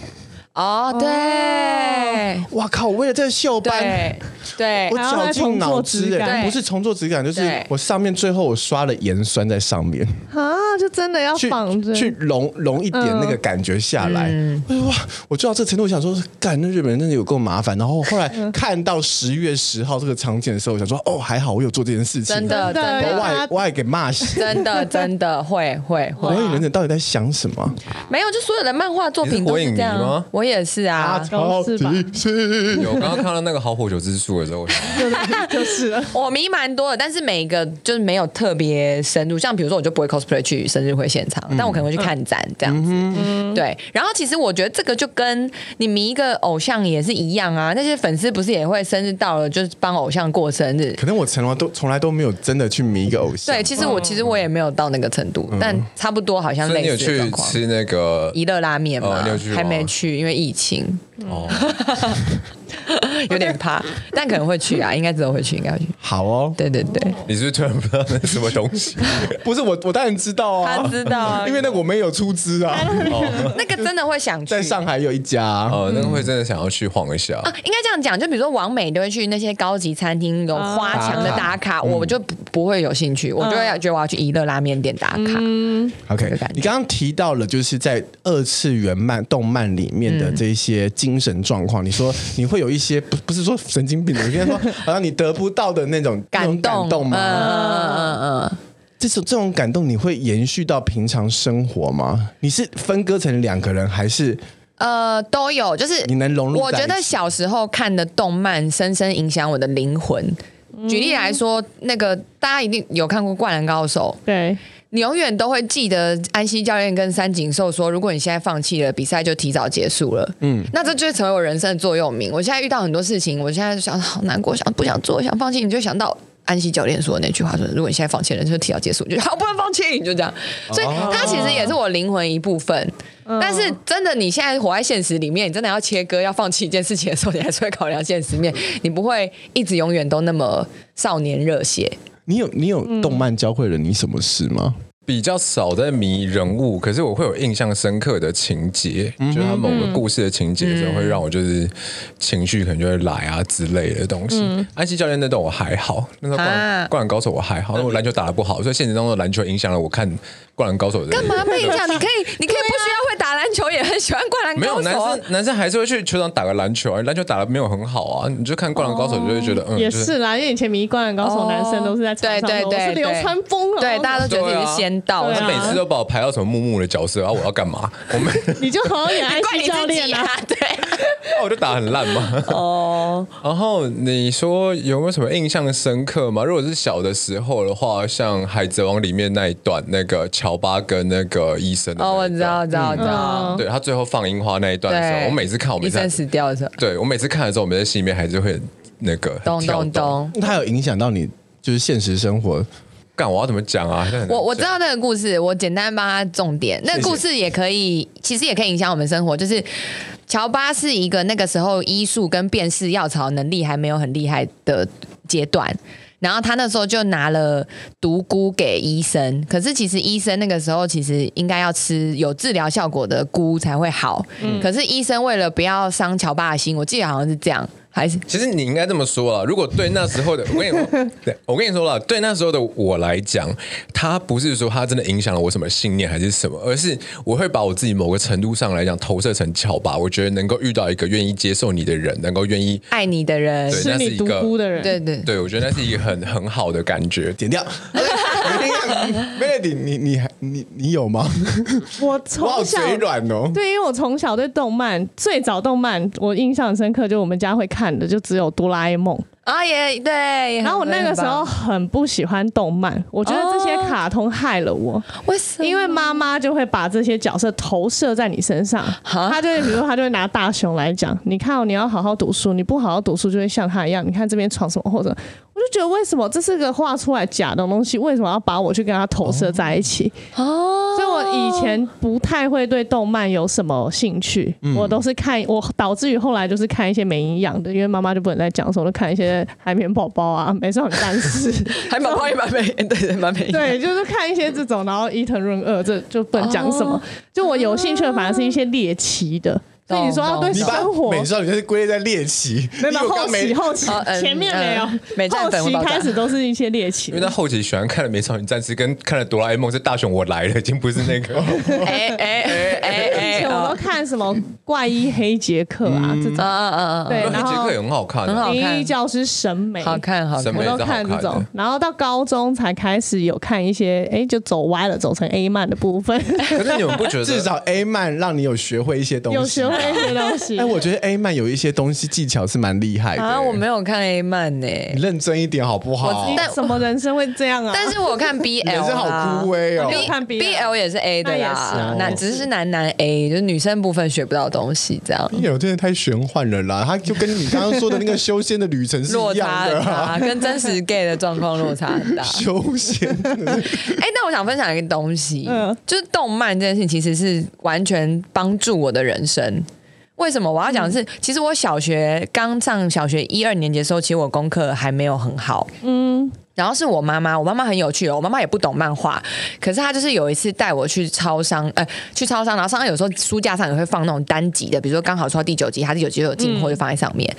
Speaker 4: 哦，对，
Speaker 3: 哇靠！我为了这个锈斑。
Speaker 4: 对，对
Speaker 3: 哦我，绞尽脑
Speaker 2: 还要再重做质
Speaker 3: 汁、
Speaker 2: 感
Speaker 3: 哎，不是重做质感，就是
Speaker 4: 对
Speaker 3: 我上面最后我刷了盐酸在上面。
Speaker 2: 啊，就真的要
Speaker 3: 去
Speaker 2: 仿着。嗯
Speaker 3: 去融融一点那个感觉下来。我说哇，我做到这程度，我想说，干那日本人真的有够麻烦。然后后来
Speaker 2: 嗯
Speaker 3: 看到十月十号这个场景的时候，我想说，哦，还好我有做这件事情，啊
Speaker 4: 真的，
Speaker 2: 真的
Speaker 4: 真
Speaker 3: 我
Speaker 4: 的。
Speaker 3: 还我还给骂死。
Speaker 4: 真的，真的会会
Speaker 3: 火
Speaker 4: 会，
Speaker 3: 影忍者到底在想什么？
Speaker 4: 没有，就所有的漫画作品都是这
Speaker 1: 你是火影迷
Speaker 4: 样
Speaker 1: 吗。
Speaker 4: 我也是啊，
Speaker 2: 都是吧
Speaker 3: 是
Speaker 1: 有，我刚刚看到那个好火酒之术的时候，我想
Speaker 2: 就是了，
Speaker 4: 我迷蛮多的，但是每一个就是没有特别深入。像比如说，我就不会 cosplay 去生日会现场，
Speaker 1: 嗯
Speaker 4: 但我可能会去看展这样子。对，然后其实我觉得这个就跟你迷一个偶像也是一样啊，那些粉丝不是也会生日到了就是帮偶像过生日。
Speaker 3: 可能我从来都从来都没有真的去迷一个偶像。
Speaker 4: 对，其实我其实我也没有到那个程度，但差不多好像
Speaker 1: 哦嗯所以你有
Speaker 4: 类似的
Speaker 1: 去
Speaker 4: 状况。
Speaker 1: 吃那个
Speaker 4: 一乐拉面嘛
Speaker 1: 哦你有去，吗
Speaker 4: 还没去，因为疫情
Speaker 1: 哦，
Speaker 4: 有点怕，但可能会去啊，应该之后会去，应该会去。
Speaker 3: 好哦，
Speaker 4: 对对对，
Speaker 1: 你是不是突然不知道那是什么东西？
Speaker 3: 不是我，我当然知道啊，
Speaker 4: 他知道啊
Speaker 3: 因为那个我们也有出资啊，
Speaker 4: 那个真的会想去
Speaker 3: 在。上海有一家啊，
Speaker 1: 哦，那个会真的想要去晃一 下。
Speaker 4: 啊，应该这样讲，就比如说王美都会去那些高级餐厅有花墙的打卡，
Speaker 3: 嗯
Speaker 4: 我就不不会有兴趣，我就会觉得我要去一乐拉面店打卡。
Speaker 2: 嗯
Speaker 3: OK，
Speaker 4: 的感觉
Speaker 3: 你刚刚提到了，就是在二次元漫动漫里面的这些精神状况，
Speaker 4: 嗯
Speaker 3: 你说你会有一些不不是说神经病的，我跟你说，好像你得不到的那种那种
Speaker 4: 感动，呃
Speaker 3: 感动吗？
Speaker 4: 嗯嗯嗯嗯，
Speaker 3: 这种这种感动，你会延续到平常生活吗？你是分割成两个人，还是
Speaker 4: 呃，都有，就是
Speaker 3: 你能融入
Speaker 4: 我
Speaker 3: 在
Speaker 4: 觉
Speaker 3: 一
Speaker 4: 得
Speaker 3: 起
Speaker 4: 小时候看的动漫深深影响我的灵魂。举例来说，那个大家一定有看过《灌篮高手》，
Speaker 2: 对，
Speaker 4: 你永远都会记得安西教练跟三井寿说，如果你现在放弃了，比赛就提早结束了。嗯，那这就会成为我人生的座右铭。我现在遇到很多事情，我现在就想好难过，想不想做，想放弃，你就想到。安西教练说的那句话说：“如果你现在放弃了，人生就提早结束， 你就好不能放弃，你就这样。”所以，它其实也是我灵魂一部分。但是，真的你现在活在现实里面，你真的要切割、要放弃一件事情的时候，你还是会考量现实面，你不会一直永远都那么少年热血。
Speaker 3: 你有你有动漫教会了你什么事吗？
Speaker 1: 比较少在迷人物，可是我会有印象深刻的情节，
Speaker 4: 嗯
Speaker 1: 就是他某个故事的情节的时候，会让我就是情绪可能就会来啊之类的东西。安西教练那段我还好，那时候灌
Speaker 4: 嗯啊嗯
Speaker 1: 篮灌篮高手我还好，那我篮球打得不好，所以现实当中的篮球影响了我看灌篮高手的。
Speaker 4: 干嘛被影响？你可以， 你可以不需要会打篮球，也很喜欢灌篮
Speaker 1: 没有
Speaker 4: 高
Speaker 1: 男
Speaker 4: 手啊
Speaker 1: 生，。男生还是会去球场打个篮球啊，篮球打的没有很好啊，你就看《灌篮高手》就会觉得，嗯，
Speaker 2: 也
Speaker 1: 就是
Speaker 2: 啦，因为以前迷灌篮高手男生都是在场上说，
Speaker 4: 对对对
Speaker 2: 我是流川枫哦，
Speaker 4: 对，大家都觉得
Speaker 1: 对
Speaker 4: 你
Speaker 1: 啊
Speaker 4: 是仙道，
Speaker 2: 对
Speaker 1: 他
Speaker 2: 啊
Speaker 1: 每次都把我排到什么木木的角色，然、啊后我要干 嘛？我们
Speaker 2: 你就好像也爱
Speaker 4: 怪
Speaker 2: 惜
Speaker 4: 你
Speaker 2: 教
Speaker 4: 自己
Speaker 2: 练
Speaker 4: 啊
Speaker 2: 啊，，
Speaker 4: 对。
Speaker 1: 那我就打很烂嘛。哦。 然后你说有没有什么印象深刻吗？如果是小的时候的话，像《海贼王》里面那一段，那个乔巴跟那个医生的
Speaker 4: 哦，我
Speaker 1: 那一
Speaker 4: 知
Speaker 1: 段
Speaker 4: 道，我知道，我知道。
Speaker 2: 嗯
Speaker 1: 对他最后放樱花那一段的时
Speaker 4: 对，
Speaker 1: 候，我每次看，我每
Speaker 4: 医
Speaker 1: 次看
Speaker 4: 生死掉的时候，
Speaker 1: 对我每次看的时候，我们在心里面还是会那个很
Speaker 4: 咚
Speaker 1: 跳
Speaker 4: 咚
Speaker 1: 动。
Speaker 4: 咚。
Speaker 3: 它有影响到你就是现实生活
Speaker 1: 干，我要怎么讲啊？这很难
Speaker 4: 我我知
Speaker 1: 讲
Speaker 4: 道那个故事，我简单帮他重点。那个故事也可以，其实也可以影响我们生活。就是乔巴是一个那个时候医术跟辨识药草能力还没有很厉害的阶段。然后他那时候就拿了毒菇给医生，可是其实医生那个时候其实应该要吃有治疗效果的菇才会好。可是医生为了不要伤乔巴的心，我记得好像是这样，还是
Speaker 1: 其实你应该这么说啊，如果对那时候 的我跟你说，对我跟你说了，对那时候的我来讲，他不是说他真的影响了我什么信念还是什么，而是我会把我自己某个程度上来讲投射成巧吧。我觉得能够遇到一个愿意接受你的人，能够愿意
Speaker 4: 爱哎你的人。
Speaker 1: 对
Speaker 2: 吃
Speaker 1: 那是
Speaker 2: 你
Speaker 1: 一
Speaker 2: 独
Speaker 1: 个
Speaker 2: 孤的人，
Speaker 4: 对对
Speaker 1: 对我觉得那是一个很很好的感觉。
Speaker 3: 点 掉。Melody，你哎你还你你有吗？
Speaker 2: 我
Speaker 3: 我好
Speaker 2: 从小
Speaker 3: 嘴软哦。
Speaker 2: 对，因为我从小对动漫，最早动漫我印象很深刻，就我们家会看的就只有哆啦 A 梦。
Speaker 4: 啊也对，然
Speaker 2: 然后我那个时候很不喜欢动漫，我觉得这些卡通害了我，
Speaker 4: 为什么？
Speaker 2: 因为妈妈就会把这些角色投射在你身上，
Speaker 4: 哈
Speaker 2: 她就会比如说她就会拿大雄来讲，你看、哦、你要好好读书，你不好好读书就会像他一样，你看这边闯什么祸什么。我就觉得为什么这是个画出来假的东西，为什么要把我去跟他投射在一起？
Speaker 4: 哦，
Speaker 2: 所以我以前不太会对动漫有什么兴趣，我都是看我导致于后来就是看一些没营养的，因为妈妈就不能再讲什么，我都看一些海绵宝宝啊、美少女战士，
Speaker 4: 还蛮胖也蛮美，对对蛮美。
Speaker 2: 对，就是看一些这种，然后伊藤润二这就不能讲什么，就我有兴趣的反而是一些猎奇的，所以你说要对
Speaker 4: 哦懂
Speaker 3: 你
Speaker 2: 生
Speaker 3: 把
Speaker 2: 活。
Speaker 3: 美少女就是归类在猎奇，
Speaker 2: 没有
Speaker 3: 因为我
Speaker 2: 后
Speaker 3: 刚没
Speaker 2: 期后期
Speaker 4: 哦嗯
Speaker 2: 前面没有
Speaker 4: 嗯美，战
Speaker 2: 后
Speaker 4: 粉红
Speaker 2: 期
Speaker 4: 宝藏
Speaker 2: 开始都是一些猎 奇
Speaker 1: 因为，他后期喜欢看的《美少女战士》跟看了《哆啦 A 梦》是大雄我来了，已经不是那 个。
Speaker 4: 哎哎哎
Speaker 2: 以
Speaker 4: 哎
Speaker 2: 前我都
Speaker 4: 哎，
Speaker 2: 看什么怪医黑杰克啊这种，
Speaker 4: 啊啊啊！
Speaker 2: 对，
Speaker 1: 那
Speaker 2: 然
Speaker 1: 杰
Speaker 2: 后
Speaker 1: 克也很好看、啊，
Speaker 4: 很好看
Speaker 2: 灵异教师审美
Speaker 4: 好看好
Speaker 1: 审
Speaker 4: 看
Speaker 1: 美
Speaker 2: 我都
Speaker 1: 是好
Speaker 2: 看这
Speaker 1: 看
Speaker 2: 种
Speaker 1: 的。，
Speaker 2: 然后到高中才开始有看一些，哎，就走歪了，走成 A 漫的部分，
Speaker 1: 可是你们不 觉得？
Speaker 3: 至少 A 漫让你有学会一些东西。
Speaker 2: 有学会一些东西
Speaker 3: 哎，。我觉得 A 漫有一些东西技巧是蛮厉害的。
Speaker 4: 啊！我没有看 A 漫呢，
Speaker 3: 你认真一点好不好
Speaker 4: 我？但
Speaker 2: 什么人生会这样啊？
Speaker 4: 但是我看 BL，
Speaker 3: 人生好枯萎哦。
Speaker 2: 你有看
Speaker 4: B BL 也是 A 的啦，
Speaker 2: 那
Speaker 4: 那
Speaker 2: 也
Speaker 4: 只是男男 A，就是女生部分学不到东西这样。
Speaker 3: 有哎真的太玄幻了啦！它就跟你刚刚说的那 个修仙的旅程是
Speaker 4: 落
Speaker 3: 一样
Speaker 4: 差
Speaker 3: 的
Speaker 4: 很
Speaker 3: 啊、
Speaker 4: 大，跟真实 gay 的状况落差很大。
Speaker 3: 修仙
Speaker 4: 哎、那我想分享一个东西，
Speaker 2: 嗯
Speaker 4: 就是动漫这件事情，其实是完全帮助我的人生。为什么我要讲的是？其实我小学刚上小学一二年级的时候，其实我功课还没有很好，嗯。然后是我妈妈，我妈妈很有趣哦，我妈妈也不懂漫画，可是她就是有一次带我去超商，呃，去超商，然后商商有时候书架上也会放那种单集的，比如说刚好抽到第九集，它第九集就有进货，就放在上面。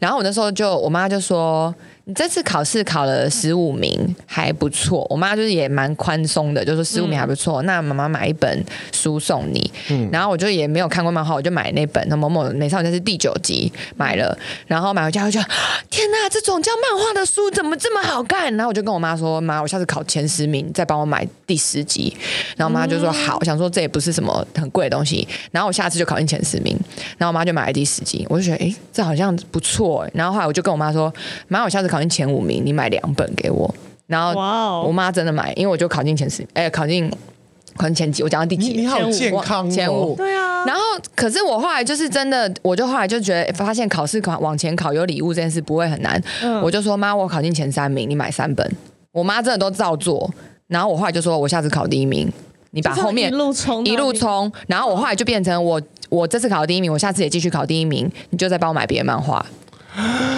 Speaker 4: 然后我那时候就，我妈就说：“你这次考试考了十五名，还不错。”我妈就是也蛮宽松的，就说十五名还不错，那妈妈买一本书送你。然后我就也没有看过漫画，我就买那本《某某美少女战士》第九集买了，然后买回家我就 觉得天哪，这种叫漫画的书怎么这么好看？然后我就跟我妈说：“妈，我下次考前十名，再帮我买第十集。”然后我妈就说：“
Speaker 2: 嗯
Speaker 4: 好。”我想说这也不是什么很贵的东西，然后我下次就考进前十名。然后我妈就买了第十集，我就觉得诶，这好像不错、诶然后后来我就跟我妈说：“妈，我下次考进前五名，你买两本给我。”然后
Speaker 2: 哇哦
Speaker 4: 我妈真的买，因为我就考进前十，哎、考进考进前几，我讲到第几
Speaker 3: 你
Speaker 4: 了？
Speaker 3: 你好健康哦
Speaker 4: 前五。
Speaker 2: 对啊，
Speaker 4: 然后，可是我后来就是真的，我就后来就觉得，哎发现考试考往前考有礼物这件事不会很难。
Speaker 2: 嗯
Speaker 4: 我就说妈，我考进前三名，你买三本。我妈真的都照做。然后我后来就说，我下次考第一名，你把
Speaker 2: 就这样
Speaker 4: 后面
Speaker 2: 一路冲，
Speaker 4: 一路，冲。然后我后来就变成我，我这次考第一名，我下次也继续考第一名，你就再帮我买别的漫画。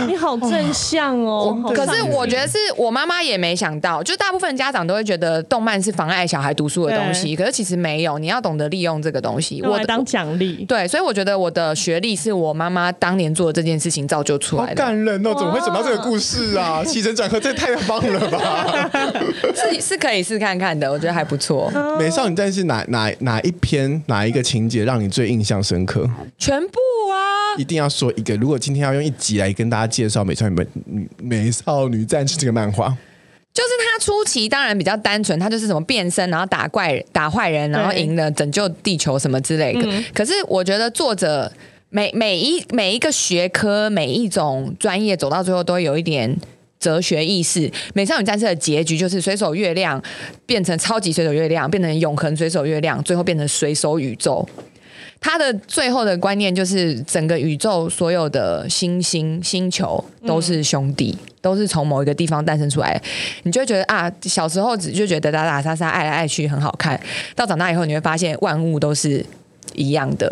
Speaker 2: 你好正向哦。好
Speaker 4: 可
Speaker 2: 上
Speaker 4: 是
Speaker 2: 进
Speaker 4: 我觉得是我妈妈也没想到，就大部分家长都会觉得动漫是妨碍小孩读书的东西，可是其实没有，你要懂得利用这个东西。
Speaker 2: 用
Speaker 4: 我
Speaker 2: 来
Speaker 4: 的
Speaker 2: 当奖励，
Speaker 4: 对，所以我觉得我的学历是我妈妈当年做的这件事情造就出
Speaker 3: 好
Speaker 4: 来的，
Speaker 3: 感人哦！怎么会想到这个故事啊？起承转合，这也太棒了 吧！
Speaker 4: 是是可以试看看的，我觉得还不错。
Speaker 3: 美少女战士哪哪哪一篇哪一个情节让你最印象深刻？
Speaker 4: 全部啊，
Speaker 3: 一定要说一个。如果今天要用一集来跟大家介绍《美少女本美少女战士》这个漫画，
Speaker 4: 就是他初期当然比较单纯，他就是什么变身，然后打怪人、打坏人，然后
Speaker 2: 对
Speaker 4: 赢了拯救地球什么之类的。可是我觉得作者每每一每一个学科、每一种专业走到最后都会有一点。哲学意识，《美少女战士》的结局就是水手月亮变成超级水手月亮，变成永恒水手月亮，最后变成水手宇宙。他的最后的观念就是，整个宇宙所有的星星星球都是兄弟，都是从某一个地方诞生出来的。你就会觉得啊，小时候只就觉得打打杀杀、爱来爱去很好看，到长大以后你会发现万物都是一样的。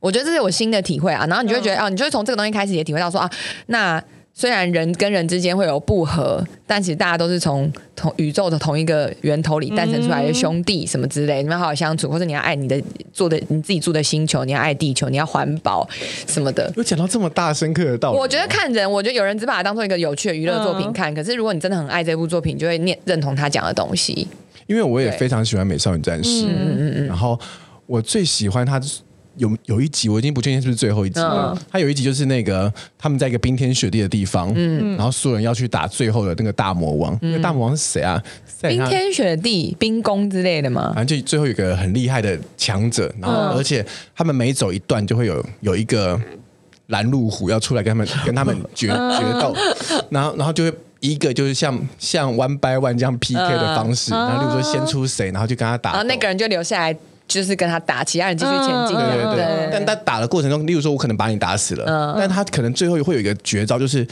Speaker 4: 我觉得这是我新的体会啊，然后你就会觉得、啊，你就会从这个东西开始也体会到说啊，那虽然人跟人之间会有不和，但其实大家都是从同宇宙的同一个源头里诞生出来的兄弟什么之类，你们好好相处，或者你要爱你的做的你自己住的星球，你要爱地球，你要环保什么的。
Speaker 3: 有讲到这么大深刻的道理吗。
Speaker 4: 我觉得看人，我觉得有人只把它当做一个有趣的娱乐作品
Speaker 2: 嗯
Speaker 4: 看，可是如果你真的很爱这部作品，你就会念认同他讲的东西。
Speaker 3: 因为我也
Speaker 4: 对嗯
Speaker 3: 非常喜欢《美少女战士》，然后我最喜欢它有有一集，我已经不确定是不是最后一集了。
Speaker 4: 嗯
Speaker 3: 它有一集就是那个他们在一个冰天雪地的地方，
Speaker 4: 嗯
Speaker 3: 然后所有人要去打最后的那个大魔王。那个大魔王是谁啊？在
Speaker 4: 冰
Speaker 3: 他
Speaker 4: 天雪地、冰宫之类的吗？
Speaker 3: 反正就最后有一个很厉害的强者，然
Speaker 2: 嗯
Speaker 3: 后而且他们每走一段就会有有一个拦路虎要出来跟他们跟他们决
Speaker 2: 嗯
Speaker 3: 决斗，然后然后就会。一个就是像像 one by one 这样 PK
Speaker 2: 嗯
Speaker 3: 的方式，
Speaker 2: 啊
Speaker 3: 然后例如说先出谁，然后就跟他打
Speaker 4: 然
Speaker 3: 斗，
Speaker 4: 后那个人就留下来，就是跟他打，其他人继续前进。
Speaker 2: 嗯
Speaker 3: 对对对。但他打的过程中，例如说我可能把你打死了，但他可能最后会有一个绝招，就是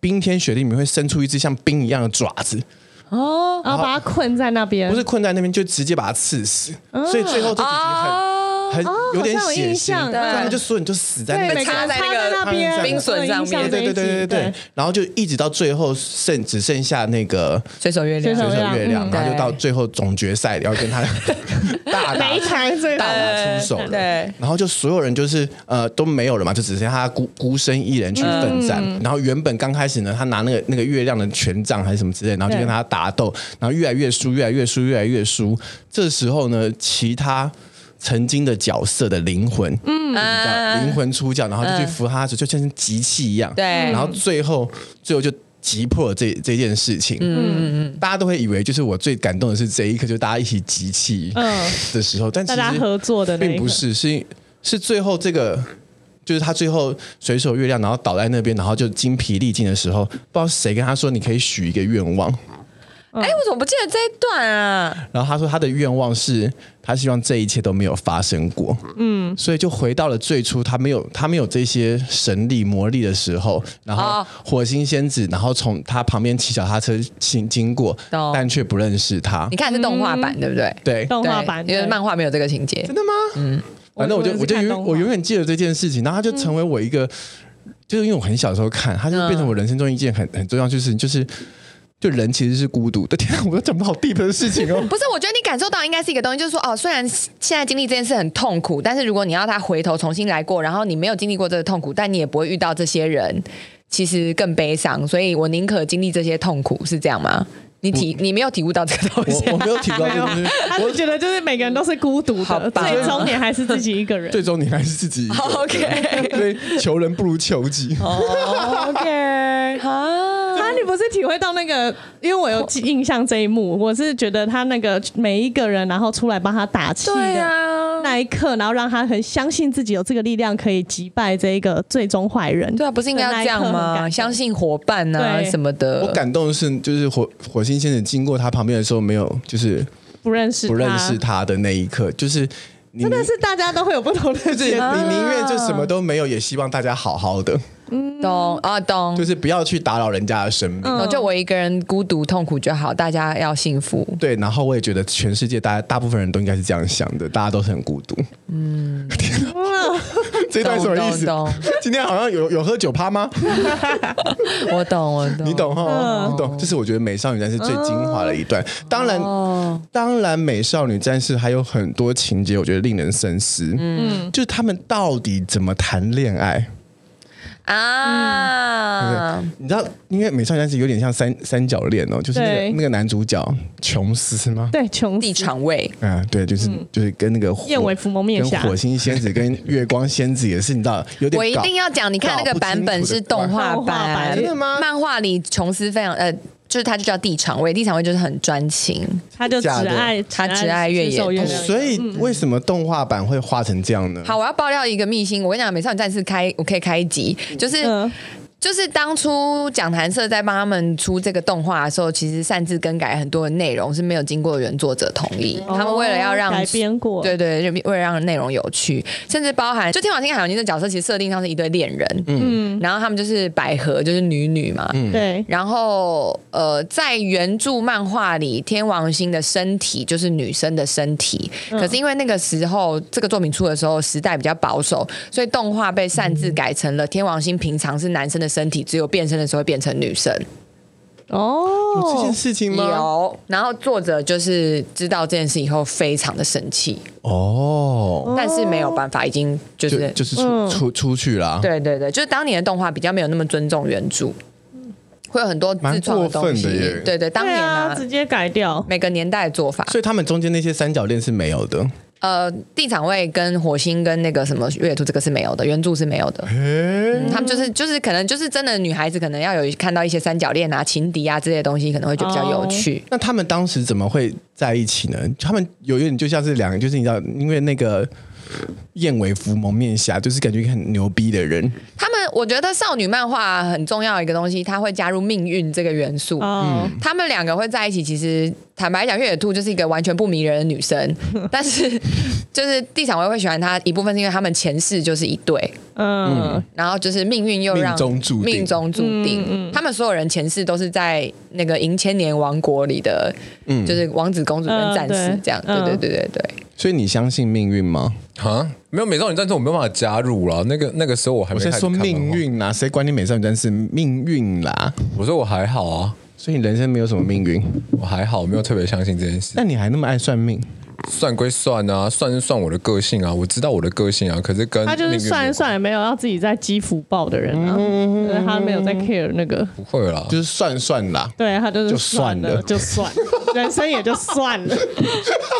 Speaker 3: 冰天雪地里面会伸出一只像冰一样的爪子，
Speaker 4: 哦
Speaker 2: 然后把它困在那边
Speaker 3: 不。是困在那边，就直接把它刺死。所以最后这几集
Speaker 4: 哦
Speaker 3: 很很有点
Speaker 2: 嗯好像有
Speaker 3: 血
Speaker 2: 印
Speaker 3: 腥
Speaker 2: 象，
Speaker 3: 对他
Speaker 4: 对
Speaker 3: 们就说你就死在那
Speaker 2: 对，
Speaker 3: 个
Speaker 2: 每
Speaker 4: 被
Speaker 2: 个
Speaker 4: 插
Speaker 2: 人
Speaker 4: 在
Speaker 2: 插
Speaker 4: 那个
Speaker 2: 在那边
Speaker 4: 冰笋
Speaker 2: 我
Speaker 4: 上面
Speaker 2: 有印象这
Speaker 3: 对
Speaker 2: 一集
Speaker 3: 对对对对对，然后就一直到最后剩只剩下那个
Speaker 4: 水手月
Speaker 2: 水
Speaker 4: 亮
Speaker 2: 手
Speaker 3: 水手
Speaker 2: 月
Speaker 3: 月
Speaker 2: 亮
Speaker 3: 亮，然后就
Speaker 4: 对
Speaker 3: 到最后总决赛要跟他 大打
Speaker 2: 每一台哎最
Speaker 3: 大
Speaker 2: 大
Speaker 3: 打出手了，
Speaker 4: 对
Speaker 3: 然后就所有人就是呃都没有了嘛，就只剩下他孤孤身一人去奋战。然后原本刚开始呢，他拿那个那个月亮的权杖还是什么之类，然后就跟他打斗，然后越来越输，越来越输，越来越输。这时候呢，其他。曾经的角色的灵魂，嗯，
Speaker 4: 啊
Speaker 3: 灵魂出窍，然后就去扶他，就就像集气一样，
Speaker 4: 对
Speaker 3: 嗯然后最后，最后就击破了这这件事情，嗯嗯嗯，大家都会以为就是我最感动的是这一刻，就大家一起集气，
Speaker 2: 嗯
Speaker 3: 的时候，但其
Speaker 2: 大
Speaker 3: 实
Speaker 2: 家合作的那一刻
Speaker 3: 并不是，是是最后这个，就是他最后水手月亮，然后倒在那边，然后就精疲力尽的时候，不知道谁跟他说你可以许一个愿望，
Speaker 4: 哎，我怎么不记得这一段啊？
Speaker 3: 然后他说他的愿望是他希望这一切都没有发生过，嗯，所以就回到了最初他没有他没有这些神力魔力的时候，然后
Speaker 4: 哦
Speaker 3: 火星仙子，然后从他旁边骑脚踏车经经过，
Speaker 4: 懂
Speaker 3: 但却不认识他
Speaker 4: 你，看是动画版对不对？
Speaker 3: 对，
Speaker 2: 嗯动画版，
Speaker 4: 因为
Speaker 2: 对
Speaker 4: 漫画没有这个情节
Speaker 3: 真。的吗？嗯，反正我就
Speaker 2: 我
Speaker 3: 我就
Speaker 2: 看
Speaker 3: 永
Speaker 2: 动画
Speaker 3: 我永远记得这件事情，然后它就成为我一个，就是因为我很小的时候看，它就变成我人生中一件很很重要的事情，就是就人其实是孤独的。天啊，我都讲不好 deep 的事情哦。
Speaker 4: 不是，我觉得你感受到应该是一个东西，就是说，哦，虽然现在经历这件事很痛苦，但是如果你要他回头重新来过，然后你没有经历过这个痛苦，但你也不会遇到这些人，其实更悲伤。所以我宁可经历这些痛苦，是这样吗？ 你体你没有体悟到这个东 西
Speaker 3: 我我，没有提到这个东西，
Speaker 2: 他就觉得就是每个人都是孤独
Speaker 4: 好
Speaker 2: 的，
Speaker 4: 吧
Speaker 2: 最终你还是自己一个人。
Speaker 3: 最终你还是自己一个。
Speaker 4: 好，OK
Speaker 3: 所以求人不如求己。
Speaker 2: 哦 OK，
Speaker 4: 啊，
Speaker 2: 啊，你不是体会到那个？因为我有记印象这一幕，我是觉得他那个每一个人，然后出来帮他打气
Speaker 4: 对
Speaker 2: 的
Speaker 4: 啊，
Speaker 2: 那一刻，然后让他很相信自己有这个力量可以击败这一个最终坏人。
Speaker 4: 对啊，不是应该要这
Speaker 2: 那一
Speaker 4: 样
Speaker 2: 刻很感
Speaker 4: 吗？
Speaker 2: 动
Speaker 4: 相信伙伴啊
Speaker 2: 对
Speaker 4: 什么的。
Speaker 3: 我感动的是，就是火火星先生经过他旁边的时候，没有就是
Speaker 2: 不认识
Speaker 3: 不认识
Speaker 2: 他，
Speaker 3: 他的那一刻，就是你
Speaker 2: 真的是大家都会有不同的啊
Speaker 3: 就
Speaker 2: 解
Speaker 3: 是
Speaker 2: 读。
Speaker 3: 你 宁愿就什么都没有，也希望大家好好的，
Speaker 4: 懂啊懂，
Speaker 3: 就是不要去打扰人家的生命。
Speaker 4: 懂就我一个人孤独痛苦就好，大家要幸福。
Speaker 3: 对，然后我也觉得全世界大家大部分人都应该是这样想的，大家都是很孤独。这段什么意思
Speaker 4: 懂懂？
Speaker 3: 今天好像有有喝酒趴吗？
Speaker 4: 我懂，我懂，
Speaker 3: 你懂哈？你懂，这是我觉得《美少女战士》最精华的一段。当然，当然，《美少女战士》还有很多情节，我觉得令人深思。嗯，就是他们到底怎么谈恋爱？
Speaker 4: 啊？
Speaker 3: 你知道，因为《美少女战士》有点像三三角恋哦，就是那
Speaker 2: 对
Speaker 3: 个那个男主角琼斯吗？
Speaker 2: 对，穷
Speaker 4: 地场位，
Speaker 3: 啊，对，就是、就是跟那个火
Speaker 2: 燕尾服蒙面
Speaker 3: 跟
Speaker 2: 侠
Speaker 3: 火星仙子跟月光仙子也是，你知道有点
Speaker 4: 我一
Speaker 3: 搞
Speaker 4: 定要讲，你看那个版本是动画
Speaker 2: 搞不清楚的动画
Speaker 4: 版，
Speaker 2: 版
Speaker 3: 真的吗
Speaker 4: 漫画里琼斯非常呃，就是他就叫地场位，地场位就是很专情，
Speaker 3: 嗯
Speaker 2: 他就只
Speaker 3: 假的
Speaker 2: 爱
Speaker 4: 他只爱越野
Speaker 2: 只受
Speaker 4: 兔
Speaker 2: 亮
Speaker 3: 所以为什么动画版会画成这样呢？
Speaker 4: 好，我要爆料一个秘辛。我跟你讲，美少女战士开，我可以开一集，就是。
Speaker 2: 嗯
Speaker 4: 就是当初讲坛社在帮他们出这个动画的时候，其实擅自更改很多的内容是没有经过原作者同意。
Speaker 2: 哦
Speaker 4: 他们为了要让
Speaker 2: 改编过，
Speaker 4: 对对，就为了让内容有趣，甚至包含就天王星跟海王星的角色，其实设定上是一对恋人，嗯，然后他们就是百合，就是女女嘛，
Speaker 2: 对
Speaker 4: 然后，呃，在原著漫画里，天王星的身体就是女生的身体。可是因为那个时候这个作品出的时候，时代比较保守，所以动画被擅自改成了天王星平常是男生的身体，只有变身的时候会变成女生。
Speaker 3: 有这
Speaker 2: 哦
Speaker 3: 件，事情吗？
Speaker 4: 有。然后作者就是知道这件事以后，非常的生气，
Speaker 3: 哦，
Speaker 4: 但是没有办法，已经就。
Speaker 3: 就是就是出、
Speaker 2: 嗯
Speaker 3: 出出去啦。，
Speaker 4: 对对对，就是当年的动画比较没有那么尊重原著，会有很多自创
Speaker 3: 蛮过分
Speaker 4: 东
Speaker 3: 的
Speaker 4: 西。
Speaker 3: 耶
Speaker 4: 对对，当
Speaker 2: 对
Speaker 4: 年
Speaker 2: 啊，直接改掉，
Speaker 4: 每个年代的做法，
Speaker 3: 所以他们中间那些三角恋是没有的。
Speaker 4: 呃，地场位跟火星跟那个什么月兔这个是没有的，原著是没有的。嗯他们就是就是可能就是真的女孩子可能要有看到一些三角恋啊、情敌啊之类的东西，可能会觉得比较有
Speaker 2: 哦
Speaker 4: 趣。
Speaker 3: 那他们当时怎么会在一起呢？他们有点就像是两个，就是你知道，因为那个燕尾服蒙面侠，就是感觉一个很牛逼的人，
Speaker 4: 他们我觉得少女漫画很重要一个东西，它会加入命运这个元素。
Speaker 2: 哦，
Speaker 4: 他们两个会在一起，其实坦白讲，越野兔就是一个完全不迷人的女 生，但是就是地场位会喜欢她，一部分是因为他们前世就是一对，
Speaker 2: 嗯，
Speaker 4: 然后就是命运又让
Speaker 3: 命中注定
Speaker 4: 命中注定
Speaker 2: 嗯
Speaker 4: 他们所有人前世都是在那个银千年王国里的，
Speaker 3: 嗯
Speaker 4: 就是王子、公主跟战士
Speaker 2: 嗯对
Speaker 4: 这样。
Speaker 2: 嗯
Speaker 4: 对对对对对，
Speaker 3: 所以你相信命运吗？
Speaker 1: 啊，没有美少女战士我没有办法加入啦。那个那个时候我还
Speaker 3: 我
Speaker 1: 没
Speaker 3: 在
Speaker 1: 开始
Speaker 3: 说
Speaker 1: 看漫画
Speaker 3: 命，运啦，谁管你美少女战士命运啦？
Speaker 1: 我说我还好啊，
Speaker 3: 所以你人生没有什么命运，
Speaker 1: 我还好，没有特别相信这件事。
Speaker 3: 那你还那么爱算命？
Speaker 1: 算归算啊，算是算我的个性啊，我知道我的个性啊，可是跟
Speaker 2: 他就
Speaker 1: 命
Speaker 2: 是
Speaker 1: 运
Speaker 2: 算一算也没有要自己在积福报的人啊，对他没有在 care 那个，
Speaker 1: 不会啦，
Speaker 3: 就是算算啦。
Speaker 2: 对他就是
Speaker 3: 就
Speaker 2: 算
Speaker 3: 算了
Speaker 2: 了就算，人生也就算 了，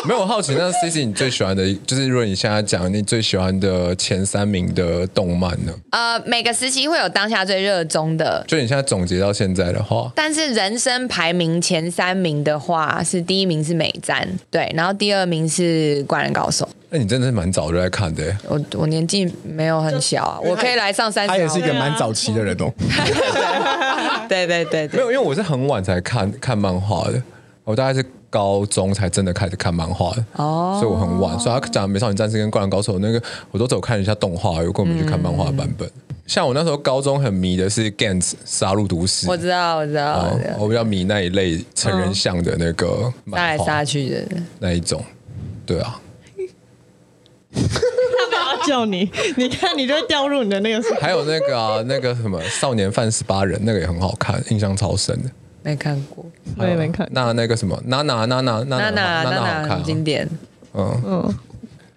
Speaker 1: 没有我好奇。那 C C 你最喜欢的，就是如果你现在讲你最喜欢的前三名的动漫呢？
Speaker 4: 呃，每个时期会有当下最热衷的，
Speaker 1: 就你现在总结到现在的话，
Speaker 4: 但是人生排名前三名的话，是第一名是美战，对，然后第二名是灌篮高手。
Speaker 1: 那哎你真的是蛮早就在看的欸耶。
Speaker 4: 我我年纪没有很小啊，我可以来上三
Speaker 3: 他
Speaker 4: 十
Speaker 3: 也是
Speaker 4: 号
Speaker 3: 一。个蛮早期的人哦。
Speaker 4: 对对对
Speaker 1: 没
Speaker 4: 对，
Speaker 1: 有，因为我是很晚才看看漫画的，我大概是高中才真的开始看漫画的，
Speaker 4: 哦
Speaker 1: 所以我很晚。所以他讲《美少女战士》跟《灌篮高手》那个，我都走看了一下动画，有跟我们去看漫画版本。
Speaker 4: 嗯
Speaker 1: 像我那时候高中很迷的是《Gans 杀戮都市》
Speaker 4: 我知道我知道，
Speaker 1: 哦
Speaker 4: 我知道，嗯
Speaker 1: 我比较迷那一类成人向的那个
Speaker 4: 杀
Speaker 1: 漫
Speaker 4: 来
Speaker 1: 画
Speaker 4: 杀去的。
Speaker 1: 那一种，对啊。
Speaker 2: 他没有要救你，你看你就会掉入你的那个
Speaker 1: 还有那个啊， 那个什么《少年犯十八人》，那个也很好看，印象超深的。
Speaker 4: 没看过。
Speaker 2: 我也没看，
Speaker 1: 那那个什么，娜娜娜娜娜娜
Speaker 4: 娜娜
Speaker 1: 娜娜
Speaker 4: 娜
Speaker 1: 好
Speaker 4: 很
Speaker 1: 看
Speaker 4: 经
Speaker 1: 啊，
Speaker 4: 典，
Speaker 1: 嗯，
Speaker 2: 嗯，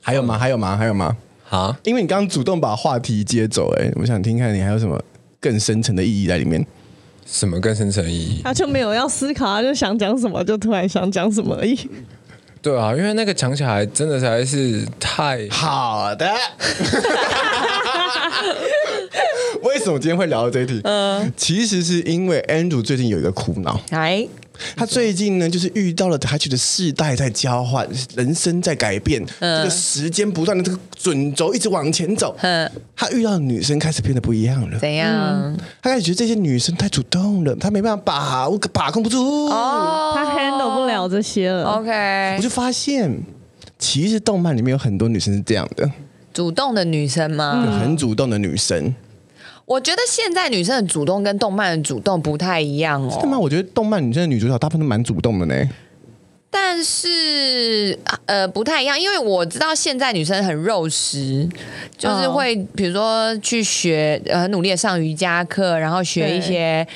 Speaker 3: 还有吗？还有吗？还有吗？
Speaker 1: 好。
Speaker 3: 因为你刚刚主动把话题接走、哎，我想听看你还有什么更深层的意义在里面。
Speaker 1: 什么更深层意义？
Speaker 2: 他就没有要思考，他就想讲什么就突然想讲什么而已，
Speaker 1: 对啊，因为那个讲起来真的才是 太……
Speaker 3: 好的。为什么今天会聊到这一题？嗯，其实是因为 Andrew 最近有一个苦恼，
Speaker 4: 哎，
Speaker 3: 他最近呢就是遇到了他觉得世代在交换，人生在改变，这个时间不断的这个准轴一直往前走，
Speaker 4: 嗯，
Speaker 3: 他遇到的女生开始变得不一样了，
Speaker 4: 怎样？
Speaker 3: 他开始觉得这些女生太主动了，他没办法把握把控不住。
Speaker 4: 哦
Speaker 2: 他 handle 不了这些了，
Speaker 4: OK，
Speaker 3: 我就发现，其实动漫里面有很多女生是这样的，
Speaker 4: 主动的女生吗？
Speaker 3: 很主动的女生。
Speaker 4: 我觉得现在女生的主动跟动漫的主动不太一样
Speaker 3: 那么
Speaker 4: 哦。
Speaker 3: 我觉得动漫女生的女主角大部分都蛮主动的呢。
Speaker 4: 但是呃不太一样，因为我知道现在女生很肉食，就是
Speaker 2: 哦
Speaker 4: 会比如说去学呃很努力的上瑜伽课，然后学一
Speaker 2: 对
Speaker 4: 些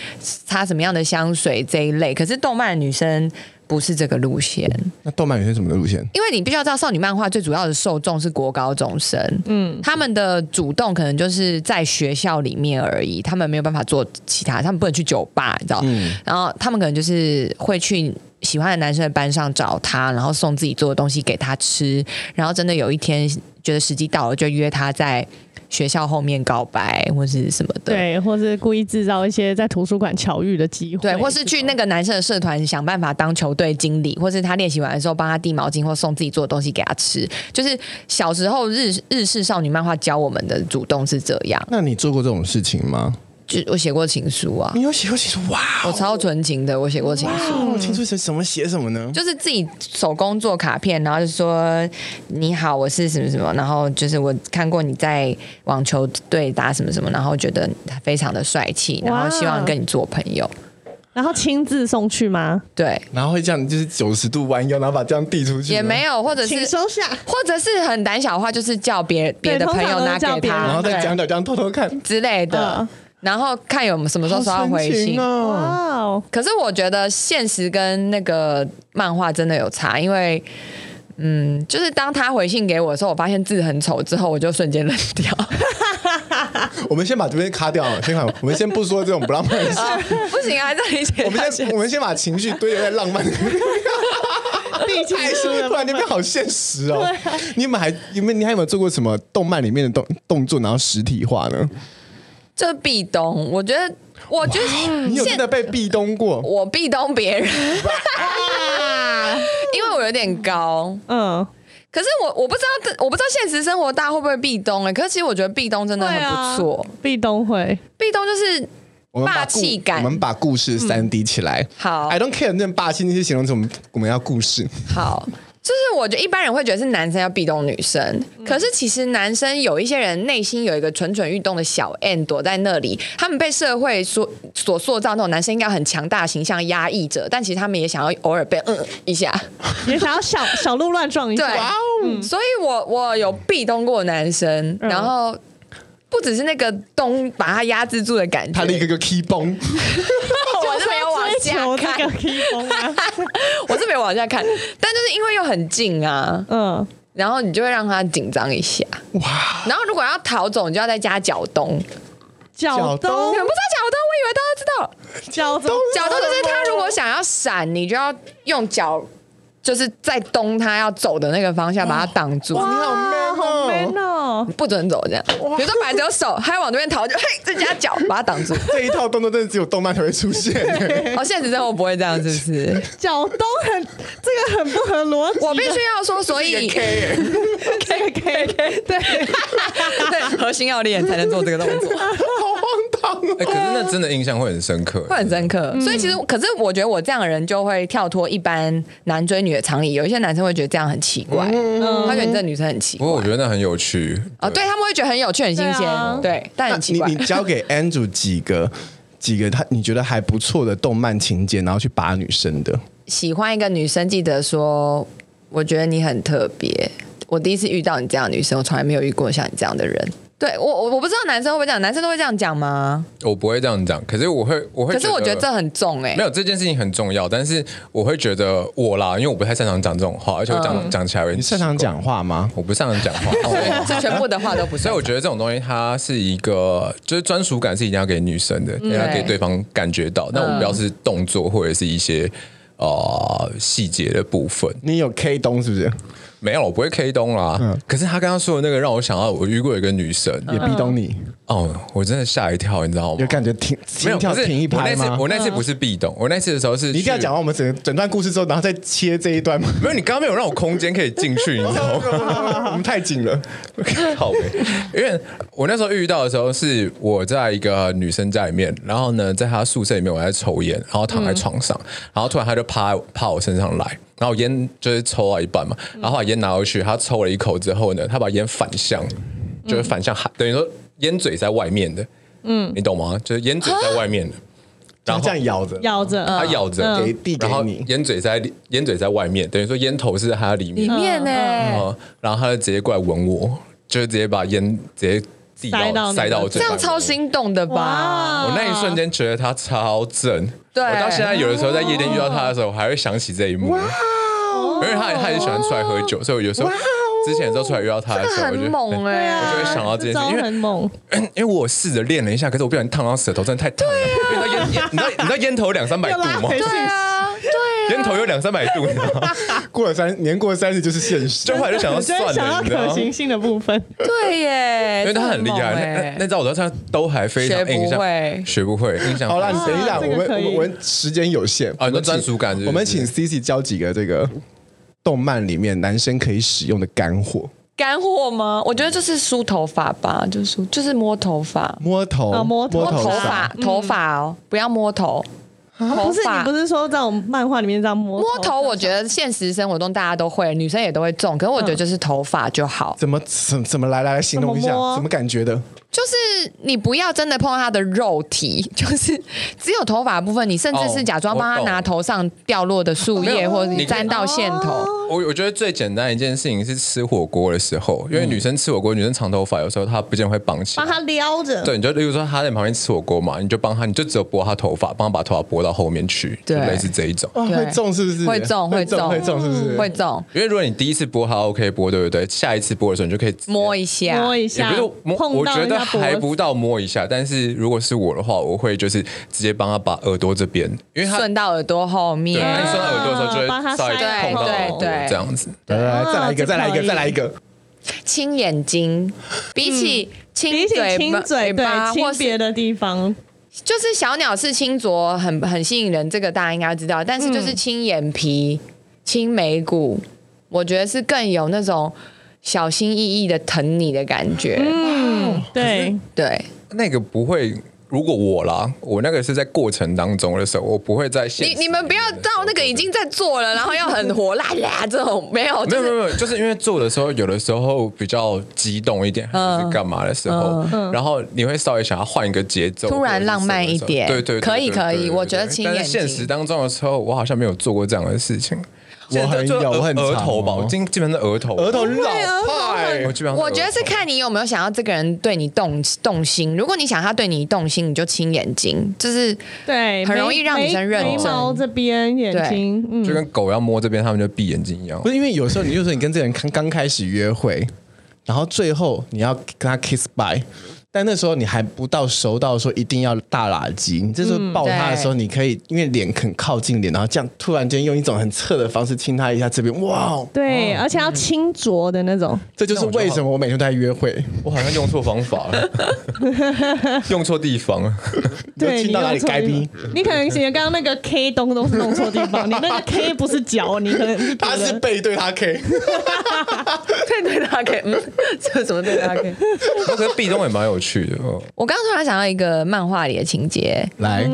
Speaker 4: 擦什么样的香水这一类。可是动漫女生不是这个路线，
Speaker 3: 那动漫女生什么的路线？
Speaker 4: 因为你必须要知道，少女漫画最主要的受众是国高中生，嗯，他们的主动可能就是在学校里面而已，他们没有办法做其他，他们不能去酒吧，你知道，然后他们可能就是会去。喜欢的男生的班上找他，然后送自己做的东西给他吃，然后真的有一天觉得时机到了，就约他在学校后面告白或是什么的，
Speaker 2: 对，或是故意制造一些在图书馆巧遇的机会，
Speaker 4: 对，或是去那个男生的社团想办法当球队经理，或是他练习完的时候帮他递毛巾或送自己做的东西给他吃，就是小时候日日式少女漫画教我们的主动是这样。
Speaker 3: 那你做过这种事情吗？
Speaker 4: 就我写过情书啊，
Speaker 3: 你有写过情书？哇，
Speaker 4: 我超纯情的，我写过情书。
Speaker 3: 哦，情书写什么写什么呢？
Speaker 4: 就是自己手工做卡片，然后就说你好，我是什么什么，然后就是我看过你在网球队打什么什么，然后觉得非常的帅气，然后希
Speaker 3: 哦
Speaker 4: 望跟你做朋友。
Speaker 2: 然后亲自送去吗？
Speaker 4: 对，
Speaker 3: 然后会这样，就是九十度弯腰，然后把这样递出去，
Speaker 4: 也没
Speaker 3: 有，
Speaker 4: 有，或者
Speaker 2: 请
Speaker 4: 是
Speaker 2: 收下。
Speaker 4: 或者是很胆小的话，就是叫别别的朋友拿
Speaker 2: 通常都是
Speaker 4: 给
Speaker 2: 叫别人
Speaker 3: 然
Speaker 4: 他
Speaker 3: 后再
Speaker 2: 对
Speaker 3: 讲讲这样偷偷看，
Speaker 4: 之类的，
Speaker 2: 嗯
Speaker 4: 然后看有什么时候收到回
Speaker 3: 好深
Speaker 4: 信
Speaker 3: 情。哦。
Speaker 2: 哇 哦，
Speaker 4: 可是我觉得现实跟那个漫画真的有差，因为。嗯，就是当他回信给我的时候，我发现字很丑，之后我就瞬间扔 掉。
Speaker 3: 我们先把这边卡掉，先看，我们先不说这种不浪漫 的事，
Speaker 4: 不行啊，这里写
Speaker 3: 我 们先我们先把情绪堆在浪漫的。
Speaker 2: 毕竟
Speaker 3: 太
Speaker 2: 输 了
Speaker 3: 突然间变啊好现实哦。你们还你们你还有没有做过什么动漫里面的动动作，然后实体化呢？
Speaker 4: 这壁咚，我觉得，我觉
Speaker 3: 你有真
Speaker 4: 得现
Speaker 3: 的被壁咚过？
Speaker 4: 我壁咚别人，
Speaker 2: 啊，
Speaker 4: 因为我有点高。
Speaker 2: 嗯，
Speaker 4: 可是我我不知道，我不知道现实生活大家会不会壁咚哎、可是其实我觉得壁咚真的很不
Speaker 2: 啊
Speaker 4: 错，
Speaker 2: 壁咚会，
Speaker 4: 壁咚就是
Speaker 3: 我们把
Speaker 4: 霸气
Speaker 3: 故
Speaker 4: 感嗯
Speaker 3: 我们把故事三 D 起来。
Speaker 4: 好
Speaker 3: I don't care 那霸气那些形容词，我们我们要故事。
Speaker 4: 好。就是我觉得一般人会觉得是男生要壁咚女生，可是其实男生有一些人内心有一个蠢蠢欲动的小 N 躲在那里，他们被社会所所塑造那种男生应该很强大的形象压抑着，但其实他们也想要偶尔被嗯一下，
Speaker 2: 也想要小小鹿乱撞一
Speaker 4: 对，嗯
Speaker 2: 下，
Speaker 4: 所以我我有壁咚过男生，
Speaker 2: 嗯
Speaker 4: 然后不只是那个咚把他压制住的感觉，
Speaker 3: 他立刻就 key 崩，
Speaker 4: 我是没有往
Speaker 2: 追求
Speaker 4: 下
Speaker 2: 这
Speaker 4: 看
Speaker 2: 个，披风 啊，
Speaker 4: 我是没有往下看，但就是因为又很近啊，
Speaker 2: 嗯，
Speaker 4: 然后你就会让他紧张一下。
Speaker 3: 哇！
Speaker 4: 然后如果要逃走，你就要再加脚咚。你们
Speaker 2: 脚
Speaker 4: 不知
Speaker 3: 脚
Speaker 2: 咚
Speaker 3: 咚，
Speaker 4: 道脚咚，我以为大家知道。
Speaker 2: 脚咚，
Speaker 4: 脚咚就是他如果想要闪，你就要用脚，就是在咚他要走的那个方向把他挡住。
Speaker 3: 哇，你好
Speaker 2: 啊，
Speaker 3: man
Speaker 2: 好 man
Speaker 3: 哦！
Speaker 2: 哦，
Speaker 4: 不准走这样，比如说本来只有手，他往这边逃，就嘿，再加脚把他挡住。
Speaker 3: 这一套动作真的只有动漫才会出现。
Speaker 4: 哦，现实生活不会这样，是不是？
Speaker 2: 脚咚很，这个很不合逻辑的，
Speaker 4: 我必须要说，所以
Speaker 2: 这 个 K K 对。
Speaker 4: 对核心要练才能做这个动作，
Speaker 3: 哦
Speaker 1: 哎、可是那真的印象会很深刻，
Speaker 4: 会很深刻。
Speaker 2: 嗯
Speaker 4: 所以其实，可是我觉得我这样的人就会跳脱一般男追女的常理，有一些男生会觉得这样很奇怪，
Speaker 1: 嗯
Speaker 4: 他觉得你这女生很奇
Speaker 1: 不过我
Speaker 4: 怪。
Speaker 1: 觉得那很有趣
Speaker 4: 哦，对他们会觉得很有趣、很新
Speaker 2: 对
Speaker 4: 鲜
Speaker 2: 啊，
Speaker 4: 对，但
Speaker 3: 那
Speaker 4: 很奇怪
Speaker 3: 你。你交给 Andrew 几个几个他你觉得还不错的动漫情节，然后去拔女生的。
Speaker 4: 喜欢一个女生，记得说，我觉得你很特别。我第一次遇到你这样的女生，我从来没有遇过像你这样的人。对我，我我不知道男生会不会这样，男生都会这样讲吗？
Speaker 1: 我不会这样讲，可是我会，我会。
Speaker 4: 可是我觉得这很重哎、
Speaker 1: 没有这件事情很重要，但是我会觉得我啦，因为我不太擅长讲这种话，而且我讲、
Speaker 4: 嗯
Speaker 1: 讲起来有点
Speaker 3: 你擅长
Speaker 1: 奇怪，
Speaker 3: 讲话吗？
Speaker 1: 我不擅长讲话。 哦
Speaker 4: 这全部的话都不是
Speaker 1: 所
Speaker 2: 嗯
Speaker 1: 以。我觉得这种东西，它是一个就是专属感是一定要给女生
Speaker 4: 嗯
Speaker 1: 的，一定要给对方感觉到。那我们不要是动作或者是一些呃细节的部分，
Speaker 3: 你有 K 东是不是？
Speaker 1: 没有，我不会 K 东啦。
Speaker 3: 嗯
Speaker 1: 可是他刚刚说的那个让我想到，我遇过一个女生，
Speaker 3: 也壁咚你，
Speaker 1: 哦，我真的吓一跳，你知道吗
Speaker 3: 嗯有？感觉停
Speaker 1: 没
Speaker 3: 心
Speaker 1: 有，
Speaker 3: 跳
Speaker 1: 不是
Speaker 3: 停一
Speaker 1: 我
Speaker 3: 拍
Speaker 1: 那次
Speaker 3: 吗？
Speaker 1: 我那次不是壁咚，我那次的时候是
Speaker 3: 你一定要
Speaker 1: 去
Speaker 3: 讲完我们整整段故事之后，然后再切这一段 吗？
Speaker 1: 没有，你刚刚没有让我空间可以进去，你知道吗？
Speaker 3: 我们太紧了，
Speaker 1: 好呗， 因为我那时候遇到的时候是我在一个女生家里面，然后呢，在她宿舍里面我在抽烟，然后躺在床上，然后突然她就趴趴我身上来，然后我烟就是抽到一半嘛，然后把烟拿回去，她抽了一口之后呢，她把烟反向，就是反向喊，等于说烟嘴在外面的，嗯，你懂吗？就是烟嘴在外面的。
Speaker 3: 然 后这样咬着，
Speaker 2: 咬着，
Speaker 4: 嗯
Speaker 1: 他咬着
Speaker 3: 给递给
Speaker 1: 然后
Speaker 3: 你，
Speaker 1: 烟嘴在里烟嘴在外面，等于说烟头是在他里
Speaker 4: 里
Speaker 1: 面，
Speaker 4: 面呢、欸
Speaker 1: 嗯，然后他就直接过来吻我，就是直接把烟直接递
Speaker 2: 塞到
Speaker 1: 到
Speaker 2: 你
Speaker 1: 塞到我嘴
Speaker 4: 这
Speaker 1: 巴里
Speaker 4: 样
Speaker 1: 面
Speaker 4: 超心动的吧？
Speaker 2: 哇
Speaker 1: 我那一瞬间觉得他超正，
Speaker 4: 对
Speaker 1: 我到现在有的时候在夜店遇到他的时候，我还会想起这一幕，
Speaker 4: 哦
Speaker 1: 因为他也他也喜欢出来喝酒，所以我有时候之前的时候出来遇到他的
Speaker 4: 这
Speaker 1: 时候，
Speaker 4: 哦很
Speaker 1: 啊我就
Speaker 4: 猛哎、
Speaker 2: 对啊，
Speaker 1: 我就会想到这件事
Speaker 2: 招
Speaker 1: 因为
Speaker 2: 很猛，
Speaker 1: 因为我试着练了一下，可是我不小心烫到舌头，真的太烫了。因为那烟烟，你知道你知道烟头两三百
Speaker 2: 又
Speaker 1: 度
Speaker 2: 拉
Speaker 1: 吗
Speaker 2: 回？去，
Speaker 4: 啊对啊，对啊，
Speaker 1: 烟头有两三百度，你知道吗？
Speaker 3: 过了三年过了三十就是现实，
Speaker 1: 就后来就想要
Speaker 2: 我现在
Speaker 1: 算
Speaker 2: 想
Speaker 1: 了，
Speaker 2: 到
Speaker 1: 你知道
Speaker 2: 可
Speaker 1: 吗？
Speaker 2: 行性的部 分，
Speaker 4: 对
Speaker 2: 哎
Speaker 4: 耶，
Speaker 1: 因为他很厉害，
Speaker 4: 这
Speaker 1: 那
Speaker 4: 猛
Speaker 1: 那
Speaker 4: 哎
Speaker 1: 那招我到现在都还非常
Speaker 4: 学不
Speaker 1: 印象
Speaker 4: 会，
Speaker 1: 学不会印象。
Speaker 3: 好啦，你等一下，
Speaker 2: 啊这个
Speaker 3: 我们
Speaker 2: 可以
Speaker 3: 我们时间有限
Speaker 1: 啊
Speaker 3: 我
Speaker 1: 你说
Speaker 3: 们请
Speaker 1: 专属感是不是
Speaker 3: 我们请 C C 教几个这个动漫里面男生可以使用的干货，
Speaker 4: 干货吗？我觉得就是梳头发吧，就是梳就是摸头发，
Speaker 3: 摸头，
Speaker 2: 啊摸头啊
Speaker 4: 摸头
Speaker 3: 上
Speaker 4: 发，头发哦，不要摸头，头
Speaker 2: 不是你
Speaker 4: 发
Speaker 2: 不。是说在我们漫画里面这样摸
Speaker 4: 摸头，我觉得现实生活中大家都会，女生也都会中，可是我觉得就是头发就好，
Speaker 3: 怎么怎怎么来来来形容一下，
Speaker 2: 怎么摸
Speaker 3: 怎么感觉的？
Speaker 4: 就是你不要真的碰到她的肉体， 就是只有头发的部分，你甚至是假装帮她拿头上掉落的树
Speaker 1: 没
Speaker 4: 叶，
Speaker 1: 有哦
Speaker 4: 或者
Speaker 1: 你可以
Speaker 4: 沾到线头，
Speaker 1: 我我觉得最简单的一件事情是吃火锅的时候，因为女生吃火锅，女生长头发有时候她不见得会绑起
Speaker 2: 帮
Speaker 1: 来。
Speaker 2: 他撩着，
Speaker 1: 对，你就例如说她在你旁边吃火锅嘛，你就帮她，你就只有拨她头发，帮她把头发拨到后面去，就
Speaker 4: 对
Speaker 1: 类似这一种。
Speaker 3: 哇，
Speaker 4: 对
Speaker 3: 会中是不是？
Speaker 4: 会中
Speaker 3: 会
Speaker 4: 会中
Speaker 3: 会中是不
Speaker 1: 嗯
Speaker 3: 是？
Speaker 4: 会中
Speaker 1: 因为如果你第一次拨她 OK 拨，对不对？下一次拨的时候你就可以直接
Speaker 4: 摸一下，
Speaker 2: 摸一
Speaker 1: 也
Speaker 2: 下
Speaker 1: 不是摸，，
Speaker 2: 碰
Speaker 1: 我
Speaker 2: 到
Speaker 1: 觉
Speaker 2: 人
Speaker 1: 得
Speaker 2: 家
Speaker 1: 还
Speaker 2: 脖
Speaker 1: 不
Speaker 2: 子，
Speaker 1: 到摸一下，但是如果是我的话，我会就是直接帮她把耳朵这边，因为她
Speaker 4: 顺到耳朵后
Speaker 1: 对，
Speaker 4: 面，
Speaker 1: 那你顺到耳朵的时候就
Speaker 2: 帮
Speaker 1: 会
Speaker 2: 她
Speaker 1: 稍微
Speaker 2: 塞
Speaker 1: 碰到
Speaker 4: 对
Speaker 1: 耳朵
Speaker 4: 对对
Speaker 1: 这样子。
Speaker 3: 来来来，再来一个，
Speaker 2: 啊
Speaker 3: 再来一
Speaker 2: 这可
Speaker 3: 个，
Speaker 2: 以
Speaker 3: 再来一个。
Speaker 4: 亲眼睛，比起
Speaker 2: 嗯
Speaker 4: 亲
Speaker 2: 比起
Speaker 4: 嘴
Speaker 2: 亲
Speaker 4: 巴、
Speaker 2: 嘴
Speaker 4: 巴
Speaker 2: 对
Speaker 4: 或
Speaker 2: 亲
Speaker 4: 是
Speaker 2: 别的地方，
Speaker 4: 就是小鸟是亲啄很很吸引人，这个大家应该知道。但是
Speaker 2: 嗯
Speaker 4: 就是亲眼皮、亲眉骨，我觉得是更有那种小心翼翼的疼你的感觉。
Speaker 2: 嗯，对，
Speaker 4: 对，
Speaker 1: 那个不会，如果我啦，我那个是在过程当中的时候，我不会在现
Speaker 4: 你你们不要到那个已经在做了，然后要很火辣啦这种，没 有，
Speaker 1: 没
Speaker 4: 就
Speaker 1: 有没有
Speaker 4: 是
Speaker 1: 没有，就是因为做的时候，有的时候比较激动一点，
Speaker 4: 嗯
Speaker 1: 还是干嘛的时候，然后你会稍微想要换一个节奏，
Speaker 4: 突然
Speaker 1: 或者是
Speaker 4: 浪漫一点
Speaker 1: 什么的时候对对，对
Speaker 4: 可以
Speaker 1: 对对
Speaker 4: 可以
Speaker 1: 对对
Speaker 4: 我觉得
Speaker 1: 对
Speaker 4: 亲
Speaker 1: 但
Speaker 4: 眼
Speaker 1: 是现
Speaker 4: 睛
Speaker 1: 实当中的时候，我好像没有做过这样的事情。呃
Speaker 3: 我很
Speaker 1: 就
Speaker 3: 有
Speaker 1: 额
Speaker 3: 我很
Speaker 1: 额
Speaker 3: 常
Speaker 1: 头吧，
Speaker 3: 哦
Speaker 1: 我基基本上是额头，
Speaker 3: 啊额头
Speaker 1: 我
Speaker 3: 老派，
Speaker 1: 基本上
Speaker 4: 我觉得是
Speaker 1: 额头
Speaker 4: 看你有没有想要这个人对你动动心。如果你想他对你动心，你就亲眼睛，就是
Speaker 2: 对，
Speaker 4: 很容
Speaker 2: 眉
Speaker 4: 易让女生认
Speaker 2: 眉眉
Speaker 4: 真
Speaker 2: 毛这边眼睛，嗯，
Speaker 1: 就跟狗要摸这边，他们就闭眼睛一样
Speaker 3: 不。是因为有时候你就说你跟这个人刚刚开始约会，然后最后你要跟他 kiss bye，但那时候你还不到熟到说一定要大垃圾，你这时候抱他的时候，你可以因为脸很靠近脸，然后这样突然间用一种很侧的方式亲他一下这边，哇，
Speaker 4: 哦
Speaker 2: 对，而且
Speaker 4: 嗯
Speaker 2: 要轻啄的那种，
Speaker 3: 这就是为什么我每天都在约会，
Speaker 1: 我好像用错方法了，用错地方了。
Speaker 2: 对，
Speaker 3: 你
Speaker 2: 你
Speaker 3: 亲到哪里
Speaker 2: 用错
Speaker 3: 该
Speaker 2: 地
Speaker 3: 逼，
Speaker 2: 方你可能写刚刚那个 K 东东是弄错地方，你那个 K 不是脚，你可能是
Speaker 3: 他是背对他 K，
Speaker 4: 对对他可以，嗯，这怎么对他可以？
Speaker 1: 我可是壁咚也蛮有趣的，哦
Speaker 4: 我刚刚突然想到一个漫画里的情节，
Speaker 3: 来，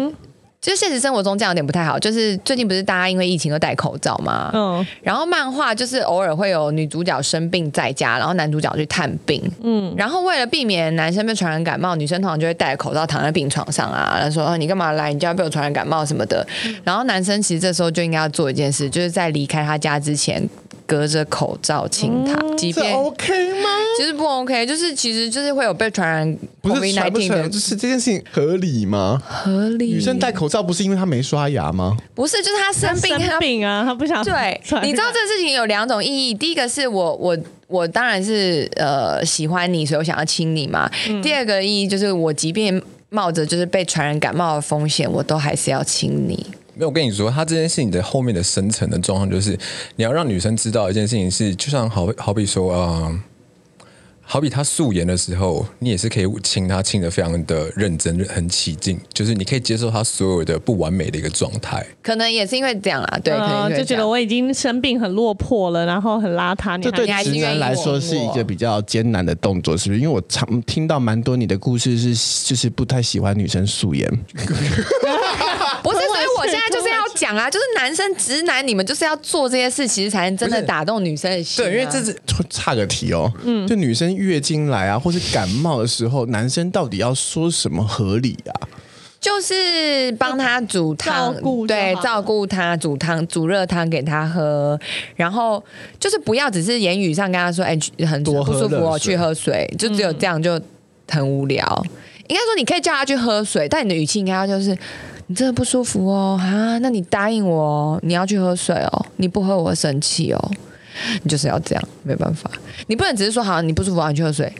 Speaker 4: 就是现实生活中这样有点不太好。就是最近不是大家因为疫情都戴口罩嘛，
Speaker 2: 嗯
Speaker 4: 然后漫画就是偶尔会有女主角生病在家，然后男主角去探病，嗯，然后为了避免男生被传染感冒，女生通常就会戴口罩躺在病床上啊，然后说、啊、你干嘛来，你就要被我传染感冒什么的。然后男生其实这时候就应该要做一件事，就是在离开他家之前。隔着口罩亲他，即
Speaker 3: 这
Speaker 4: 便
Speaker 3: OK 吗？
Speaker 4: 其实不 OK，就是其实就是会有被传染
Speaker 3: 不是
Speaker 4: COVID
Speaker 3: 传不
Speaker 4: nineteen
Speaker 3: 传，
Speaker 4: 的
Speaker 3: 就是这件事情合理吗？
Speaker 4: 合理。
Speaker 3: 女生戴口罩不是因为她没刷牙吗？
Speaker 4: 不是，就是他生 病，
Speaker 2: 生
Speaker 4: 他
Speaker 2: 病啊，他不想
Speaker 4: 对，你知道这事情有两种意义。第一个是我我我当然是呃喜欢你，所以我想要亲你嘛。
Speaker 2: 嗯
Speaker 4: 第二个意义就是我即便冒着就是被传染感冒的风险，我都还是要亲你。
Speaker 1: 没有，我跟你说，他这件事情的后面的深层的状况就是，你要让女生知道一件事情是，就像好比好比说啊、呃好比她素颜的时候，你也是可以亲她，亲的非常的认真，很起劲，就是你可以接受她所有的不完美的一个状态。
Speaker 4: 可能也是因为这样啦，对，可能
Speaker 2: 呃，
Speaker 4: 因为
Speaker 2: 就
Speaker 4: 这
Speaker 2: 觉
Speaker 4: 样
Speaker 2: 得我已经生病很落魄了，然后很邋遢，你
Speaker 3: 这对
Speaker 2: 还
Speaker 4: 还是
Speaker 3: 直男来说是一个比较艰难的动作，是不是？因为我常听到蛮多你的故事是，就是不太喜欢女生素颜。
Speaker 4: 不是，
Speaker 2: 突
Speaker 4: 所
Speaker 2: 然
Speaker 4: 以我
Speaker 2: 是
Speaker 4: 现在就
Speaker 2: 突
Speaker 4: 是
Speaker 2: 然
Speaker 4: 要
Speaker 2: 是
Speaker 4: 讲啊，就是男生直男，你们就是要做这些事，其实才能真的打动女生的心啊、
Speaker 1: 对，因为这是
Speaker 3: 差个题哦，嗯，就女生月经来啊，或是感冒的时候，男生到底要说什么合理啊？
Speaker 4: 就是帮他煮汤
Speaker 2: 照顾，就好
Speaker 4: 对，
Speaker 2: 了
Speaker 4: 照顾他煮汤、煮热汤给他喝，然后就是不要只是言语上跟他说，哎、很
Speaker 3: 多喝
Speaker 4: 不舒服
Speaker 3: 热
Speaker 4: 哦，
Speaker 3: 水
Speaker 4: 去喝水，就只有这样就很无聊。应该说你可以叫他去喝水，但你的语气应该要就是。你真的不舒服哦啊？那你答应我哦，你要去喝水哦，你不喝我会生气哦。你就是要这样，没办法，你不能只是说好你不舒服，啊，你去喝水。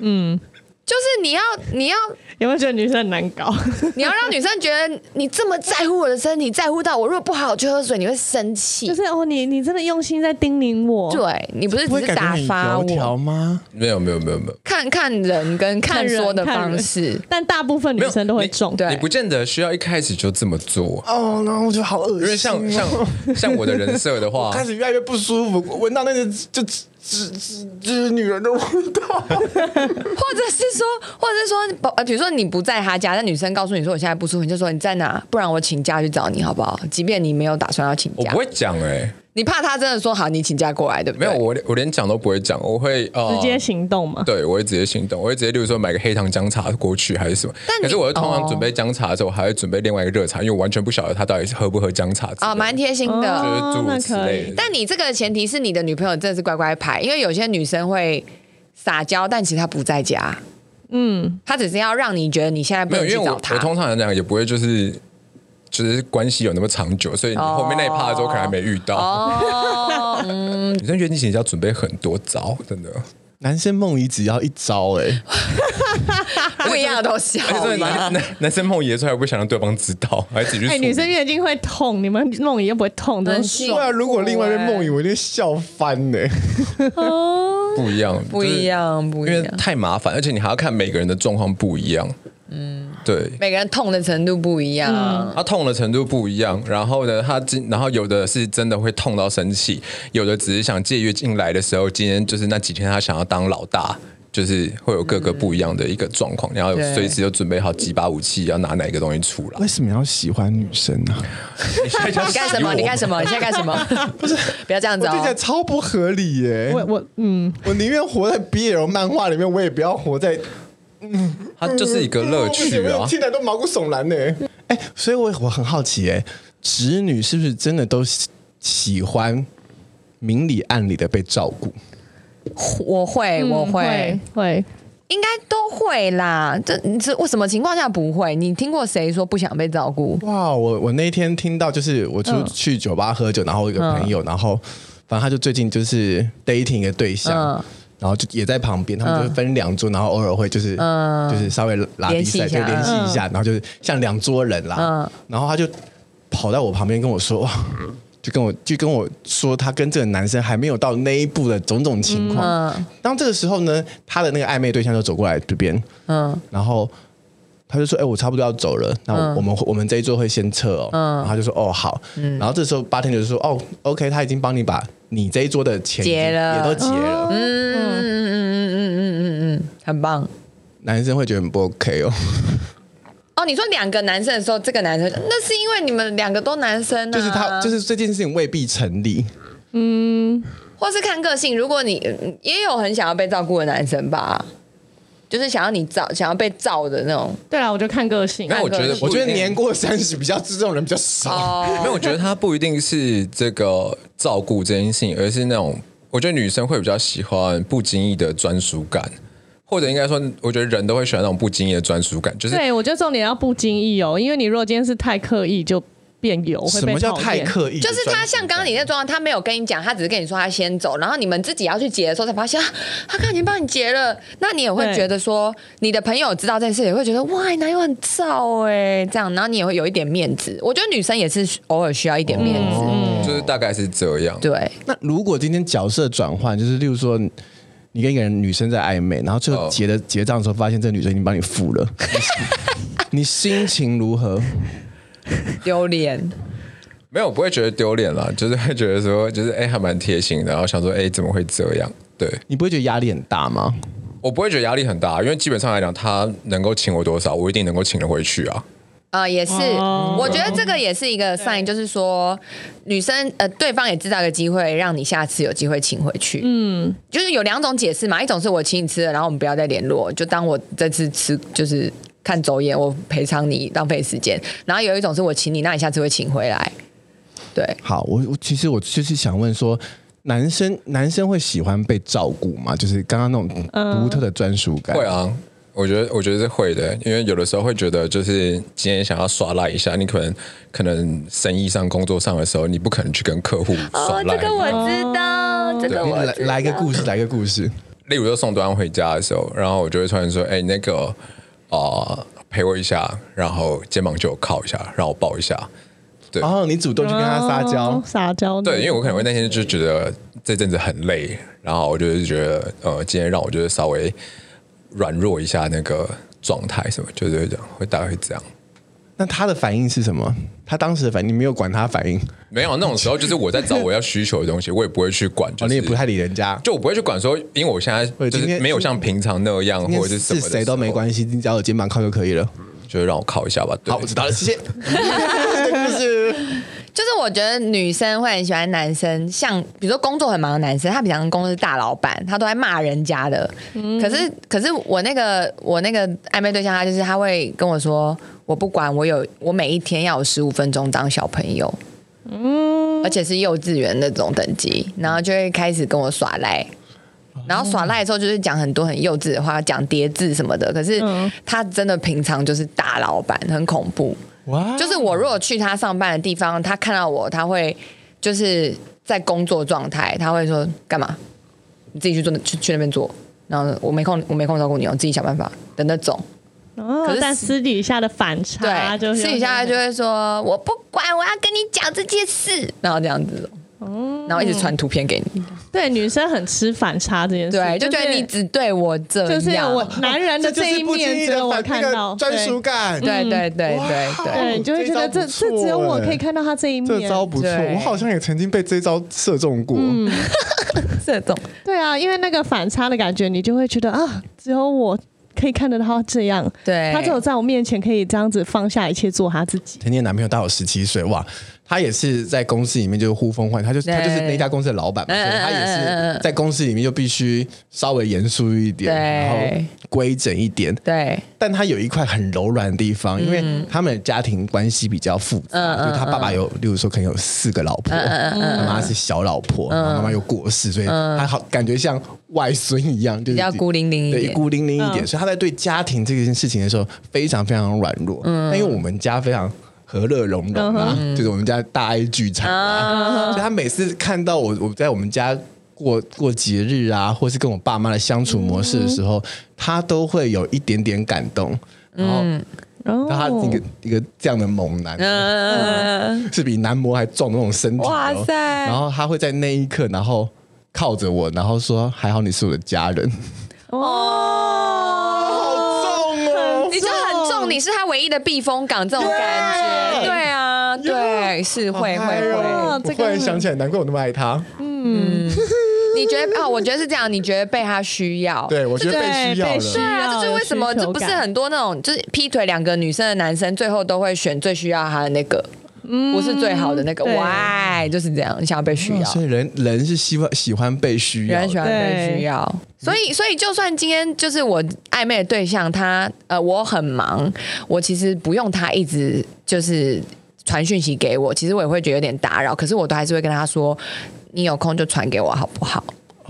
Speaker 2: 嗯，
Speaker 4: 就是你要你要
Speaker 2: 有没有觉得女生很难搞？
Speaker 4: 你要让女生觉得你这么在乎我的身体，在乎到我如果不好好去喝水，你会生气。
Speaker 2: 就是哦，你你真的用心在叮咛我，
Speaker 4: 对你不是
Speaker 3: 不
Speaker 4: 只
Speaker 3: 会
Speaker 4: 是
Speaker 3: 感觉
Speaker 4: 打
Speaker 3: 很
Speaker 4: 发
Speaker 3: 油条
Speaker 4: 我，
Speaker 3: 吗？
Speaker 1: 没有没有没有没有，
Speaker 4: 看看人跟
Speaker 2: 看
Speaker 4: 看
Speaker 2: 人
Speaker 4: 说的
Speaker 2: 看
Speaker 4: 方
Speaker 2: 人
Speaker 4: 式。
Speaker 2: 但大部分女生都会中。
Speaker 4: 对
Speaker 1: 你不见得需要一开始就这么做，
Speaker 3: 哦，然后我就好恶心哦，
Speaker 1: 因为像像像我的人设的 话，
Speaker 3: 开始越来越不舒服，闻到那个就只只只女人的味道。
Speaker 4: 或者是说，或者是说，呃，比如说你不在他家，但女生告诉你说我现在不舒服，你就说你在哪，不然我请假去找你好不好？即便你没有打算要请
Speaker 1: 我
Speaker 4: 假
Speaker 1: 不，会讲哎、
Speaker 4: 你怕他真的说好你请假过来，对不
Speaker 1: 没
Speaker 4: 对？
Speaker 1: 有我连我连讲都不会讲，我会呃
Speaker 2: 直接行动嘛，
Speaker 1: 对，我会直接行动，我会直接，例如说买个黑糖姜茶过去还是什么。
Speaker 4: 但你
Speaker 1: 可是我通常
Speaker 4: 哦
Speaker 1: 准备姜茶的时候，我还会准备另外一个热茶，因为我完全不晓得他到底是喝不喝姜茶之类的。
Speaker 4: 啊，蛮贴心的。
Speaker 1: 就是
Speaker 2: 哦
Speaker 1: 诸
Speaker 2: 那
Speaker 1: 如此
Speaker 2: 可以
Speaker 1: 类的。
Speaker 4: 但你这个前提是你的女朋友真的是乖乖牌，因为有些女生会撒娇，但其实她不在家，嗯，她只是要让你觉得你现在不
Speaker 1: 没有，
Speaker 4: 能
Speaker 1: 因
Speaker 4: 去
Speaker 1: 为我
Speaker 4: 找
Speaker 1: 我
Speaker 4: 她。
Speaker 1: 通常来讲也不会就是就是关系有那么长久，所以你后面那一趴的时候可能还没遇到。
Speaker 4: 哦，嗯
Speaker 1: 女生约定前要准备很多招，真的，
Speaker 3: 男生梦遗只要一招哎、
Speaker 4: 不一样的东西
Speaker 1: 而且
Speaker 4: 好
Speaker 1: 真的
Speaker 4: 吗
Speaker 1: 男？男男生梦遗的时候还不想让对方知道，还自己去处
Speaker 2: 哎、
Speaker 1: 理。
Speaker 2: 女生月经会痛，你们梦遗又不会痛，都
Speaker 4: 很
Speaker 2: 是
Speaker 4: 幸
Speaker 3: 对啊，如果另外一边梦遗，我一定笑翻呢、
Speaker 2: 哦，
Speaker 1: 不一样，
Speaker 4: 不一样，不
Speaker 1: 就
Speaker 4: 一
Speaker 1: 是，因
Speaker 4: 样
Speaker 1: 为。太麻烦，而且你还要看每个人的状况不一样。嗯，对。
Speaker 4: 每个人痛的程度不一样，
Speaker 1: 他痛的程度不一样，然后呢，他今然后有的是真的会痛到生气，有的只是想借月进来的时候，今天就是那几天他想要当老大，就是会有各个不一样的一个状况，然后
Speaker 4: 对
Speaker 1: 随时就准备好几把武器，要拿哪个东西出来。
Speaker 3: 为什么要喜欢女生呢、
Speaker 1: 你现在想
Speaker 4: 你干什么？你干什么？你现在干什么？不是，不要这样
Speaker 3: 我
Speaker 4: 子
Speaker 3: 听起来
Speaker 4: 哦。
Speaker 3: 超不合理耶、
Speaker 2: 我我嗯，
Speaker 3: 我宁愿活在 BL 漫画里面，我也不要活在
Speaker 1: 他就是一个乐趣
Speaker 3: 我
Speaker 1: 啊！
Speaker 3: 听起来都毛骨悚然呢、哎、所以我我很好奇哎、直女是不是真的都喜喜欢明里暗里的被照顾？
Speaker 4: 我会，哎我
Speaker 2: 嗯
Speaker 4: 会，
Speaker 2: 会，
Speaker 4: 应该都会啦。这你这我什么情况下不会？你听过谁说不想被照顾？
Speaker 3: 哇，我我那一天听到，就是我出
Speaker 4: 嗯
Speaker 3: 去酒吧喝酒，然后我有一个朋友，然后反正他就最近就是 dating 一个对象，
Speaker 4: 嗯
Speaker 3: 然后就也在旁边，他们就是分两桌，然后偶尔会就是、就是稍微拉比赛，
Speaker 4: 嗯联系
Speaker 3: 就
Speaker 4: 一下
Speaker 3: 联系一下，然后就是像两桌人啦，
Speaker 4: 嗯
Speaker 3: 然后他就跑到我旁边跟我说。哇就跟我就跟我说，他跟这个男生还没有到那一步的种种情况。
Speaker 4: 嗯
Speaker 3: 当这个时候呢，他的那个暧昧对象就走过来这边，
Speaker 4: 嗯
Speaker 3: 然后他就说：“哎、我差不多要走了，那我我们、我们这一桌会先撤哦。
Speaker 4: 嗯
Speaker 3: 然后他就说：“哦，好。然后这时候八天就说：“哦，OK，他已经帮你把你这一桌的钱已经
Speaker 4: 结了
Speaker 3: 也都结了。
Speaker 4: 嗯嗯嗯嗯嗯嗯嗯，很棒。
Speaker 3: 男生会觉得很不 OK 哦，
Speaker 4: 哦，你说两个男生的时候，这个男生那是因为你们两个都男生、啊，
Speaker 3: 就是他就是这件事情未必成立。
Speaker 4: 或是看个性。如果你嗯也有很想要被照顾的男生吧，就是想要你照，想要被照的那种。
Speaker 2: 对啊啦，我就看个性。
Speaker 1: 那我觉得
Speaker 4: 不
Speaker 3: 我
Speaker 1: 不一
Speaker 3: 觉
Speaker 1: 定，
Speaker 3: 得年过三十比较这种人比较
Speaker 4: 哦
Speaker 3: 少。
Speaker 1: 哦没有，我觉得他不一定是这个照顾这件事情，而是那种我觉得女生会比较喜欢不经意的专属感，或者应该说，我觉得人都会喜欢那种不经意的专属感，就是
Speaker 2: 对，我觉得重点要不经意哦，因为你如果今天是太刻意，就变油，会
Speaker 3: 什
Speaker 2: 被
Speaker 3: 么叫
Speaker 2: 讨
Speaker 3: 太
Speaker 2: 厌
Speaker 3: 刻意的
Speaker 4: 就
Speaker 3: 专
Speaker 4: 是
Speaker 3: 注？
Speaker 4: 他像刚刚你那状况，他没有跟你讲，他只是跟你说他先走，然后你们自己要去结的时候才发现，啊、他刚已经帮你结了，那你也会
Speaker 2: 对
Speaker 4: 觉得说，你的朋友知道这件事，也会觉得哇，你男友很燥哎、这样，然后你也会有一点面子。我觉得女生也是偶尔需要一点面
Speaker 1: 嗯
Speaker 4: 子，
Speaker 3: 哦
Speaker 1: 就是大概是这样。
Speaker 4: 对，
Speaker 3: 那如果今天角色转换，就是例如说。你跟一个人女生在暧昧，然后最后
Speaker 1: 哦
Speaker 3: 结的结账的时候，发现这个女生已经帮你付 了，你心情如何？
Speaker 4: 丢脸。
Speaker 1: 没有，我不会觉得丢脸啦，就是会觉得说，就是哎、还蛮贴心的，然后想说，哎、怎么会这样？对
Speaker 3: 你不会觉得压力很大吗？
Speaker 1: 我不会觉得压力很大，因为基本上来讲，他能够请我多少，我一定能够请得回去啊。
Speaker 4: 啊、也是，
Speaker 2: 哦
Speaker 4: 我觉得这个也是一个 sign，就是说女生呃，对方也制造一个机会，让你下次有机会请回去。嗯，就是有两种解释嘛，一种是我请你吃了，然后我们不要再联络，就当我这次吃就是看走眼，我赔偿你浪费时间。然后有一种是我请你，那你下次会请回来。对，
Speaker 3: 好，我我其实我就是想问说，男生男生会喜欢被照顾吗？就是刚刚那种独特的专属感。
Speaker 1: 会啊，我觉得我觉得是会的，因为有的时候会觉得，就是今天想要耍赖一下，你可能可能生意上、工作上的时候，你不可能去跟客户耍赖。
Speaker 4: 哦我知道，这
Speaker 3: 你来来个故事，来个故事。
Speaker 1: 例如说送端回家的时候，然后我就会突然说：“哎、那个啊、呃陪我一下，然后肩膀就靠一下，让我抱一下。”
Speaker 3: 然哦后你主动去跟他撒娇
Speaker 2: 哦，撒娇的
Speaker 1: 对，因为我可能会那天就觉得这阵子很累，然后我就是觉得呃，今天让我就是稍微软弱一下那个状态，什么就是会这样，会大概会这样。
Speaker 3: 那他的反应是什么？他当时的反应，你没有管他反应，
Speaker 1: 没有那种时候，就是我在找我要需求的东西，我也不会去管，就
Speaker 3: 哦，
Speaker 1: 是、
Speaker 3: 你也不太理人家，
Speaker 1: 就我不会去管说，因为我现在
Speaker 3: 对
Speaker 1: 就
Speaker 3: 今
Speaker 1: 是
Speaker 3: 天
Speaker 1: 没有像平常那样，或者是什么
Speaker 3: 是
Speaker 1: 的
Speaker 3: 谁都没
Speaker 1: 系，
Speaker 3: 关系，你只要有肩膀靠就可以了。
Speaker 1: 就是让我靠一下吧。对
Speaker 3: 好，我知道了，谢谢。就是
Speaker 4: 就是我觉得女生会很喜欢男生，像比如说工作很忙的男生，他平常工作是大老板，他都在骂人家的。可是可是我那个我那个暧昧对象，他就是他会跟我说，我不管，我有我每一天要有十五分钟当小朋友，嗯，而且是幼稚园那种等级，然后就会开始跟我耍赖。然后耍赖的时候，就是讲很多很幼稚的话，讲叠字什么的。可是
Speaker 2: 嗯
Speaker 4: 他真的平常就是大老板，很恐怖。
Speaker 3: 哇，
Speaker 4: 就是我如果去他上班的地方，他看到我，他会就是在工作状态，他会说干嘛？你自己去做，去去那边做。然后我没空，我没空照顾你哦，我自己想办法的那种。
Speaker 2: 哦
Speaker 4: 可是
Speaker 2: 但私底下的反差，
Speaker 4: 对，
Speaker 2: 就是
Speaker 4: 私底下就会说我不管，我要跟你讲这件事，然后这样子，哦
Speaker 2: 哦
Speaker 4: 然后一直传图片给你，
Speaker 2: 对女生很吃反差这件事，
Speaker 4: 对，就觉得
Speaker 2: 是
Speaker 4: 你只对我这样，
Speaker 2: 就是我男人的
Speaker 3: 这就
Speaker 2: 这
Speaker 3: 是
Speaker 2: 一
Speaker 3: 不经
Speaker 2: 面
Speaker 3: 意
Speaker 2: 只
Speaker 3: 的
Speaker 2: 有我
Speaker 3: 反
Speaker 2: 看
Speaker 3: 那个
Speaker 2: 到
Speaker 3: 专属
Speaker 2: 对
Speaker 3: 感。
Speaker 4: 对嗯对对
Speaker 3: 哇
Speaker 4: 对对，
Speaker 2: 对，你就会觉得这
Speaker 3: 这招
Speaker 2: 这
Speaker 3: 不错
Speaker 2: 只有我
Speaker 3: 欸
Speaker 2: 可以看到他这一面
Speaker 3: 这。招不错，
Speaker 4: 对
Speaker 3: 我好像也曾经被这招射中过。
Speaker 4: 这种
Speaker 2: 对啊，因为那个反差的感觉，你就会觉得啊，只有我可以看得到他这样，
Speaker 4: 对，
Speaker 2: 他只有在我面前可以这样子放下一切做他自己。
Speaker 3: 曾经男朋友大我十七岁，哇，他也是在公司里面就是呼风唤雨，他就是他就是那家公司的老板嘛，
Speaker 4: 嗯
Speaker 3: 所以他也
Speaker 4: 嗯嗯嗯
Speaker 3: 是在公司里面就必须稍微严肃一点，
Speaker 4: 对
Speaker 3: 然后规整一点。
Speaker 4: 对
Speaker 3: 但他有一块很柔软的地方，因为他们的家庭关系比较复杂，
Speaker 4: 嗯嗯嗯嗯
Speaker 3: 就他爸爸有，例如说可能有四个老婆，妈妈是小老婆，然后妈妈又过世，所以他好感觉像外孙一样，就是
Speaker 4: 比较孤零零一
Speaker 3: 对，
Speaker 4: 点
Speaker 3: 孤零零一点，
Speaker 2: 嗯
Speaker 3: 所以他在对家庭这件事情的时候非常非常软弱。
Speaker 4: 嗯
Speaker 3: 但因为我们家非常。和乐融融啊，就是我们家大爱剧场
Speaker 4: 嗯
Speaker 3: 啊，所以他每次看到我，我在我们家过过节日啊，或是跟我爸妈的相处模式的时
Speaker 4: 嗯
Speaker 3: 候，他都会有一点点感动。然后，
Speaker 2: 哦
Speaker 3: 然后他一个一个这样的猛男，
Speaker 4: 嗯，
Speaker 3: 是比男模还壮的那种身体、哦。
Speaker 4: 哇塞
Speaker 3: 然后他会在那一刻，然后靠着我，然后说：“还好你是我的家人。”
Speaker 2: 哦，
Speaker 3: 重哦！
Speaker 4: 你就很重，你是他唯一的避风港，这种感觉，
Speaker 3: 对
Speaker 4: 对啊，对，是会会会。
Speaker 2: 哦
Speaker 3: 哦我
Speaker 2: 这个
Speaker 3: 忽然想起来，难怪我那么爱他。
Speaker 4: 你觉得啊？我觉得是这样，你觉得被他需要，
Speaker 3: 对，我觉得被需要
Speaker 2: 被需
Speaker 3: 了。
Speaker 4: 对啊，这就是为什么这不是很多那种就是劈腿两个女生的男生，最后都会选最需要他的那个，不是最好的那个。
Speaker 2: 对
Speaker 4: Why？就是这样，你想要被需要。
Speaker 3: 所以人人是希望喜欢被需
Speaker 4: 有
Speaker 3: 要
Speaker 4: 人
Speaker 3: 的嗯
Speaker 4: 喜。欢被需要，所以所以就算今天就是我暧昧的对象他呃我很忙，我其实不用他一直就是传讯息给我，其实我也会觉得有点打扰，可是我都还是会跟他说，你有空就传给我好不好？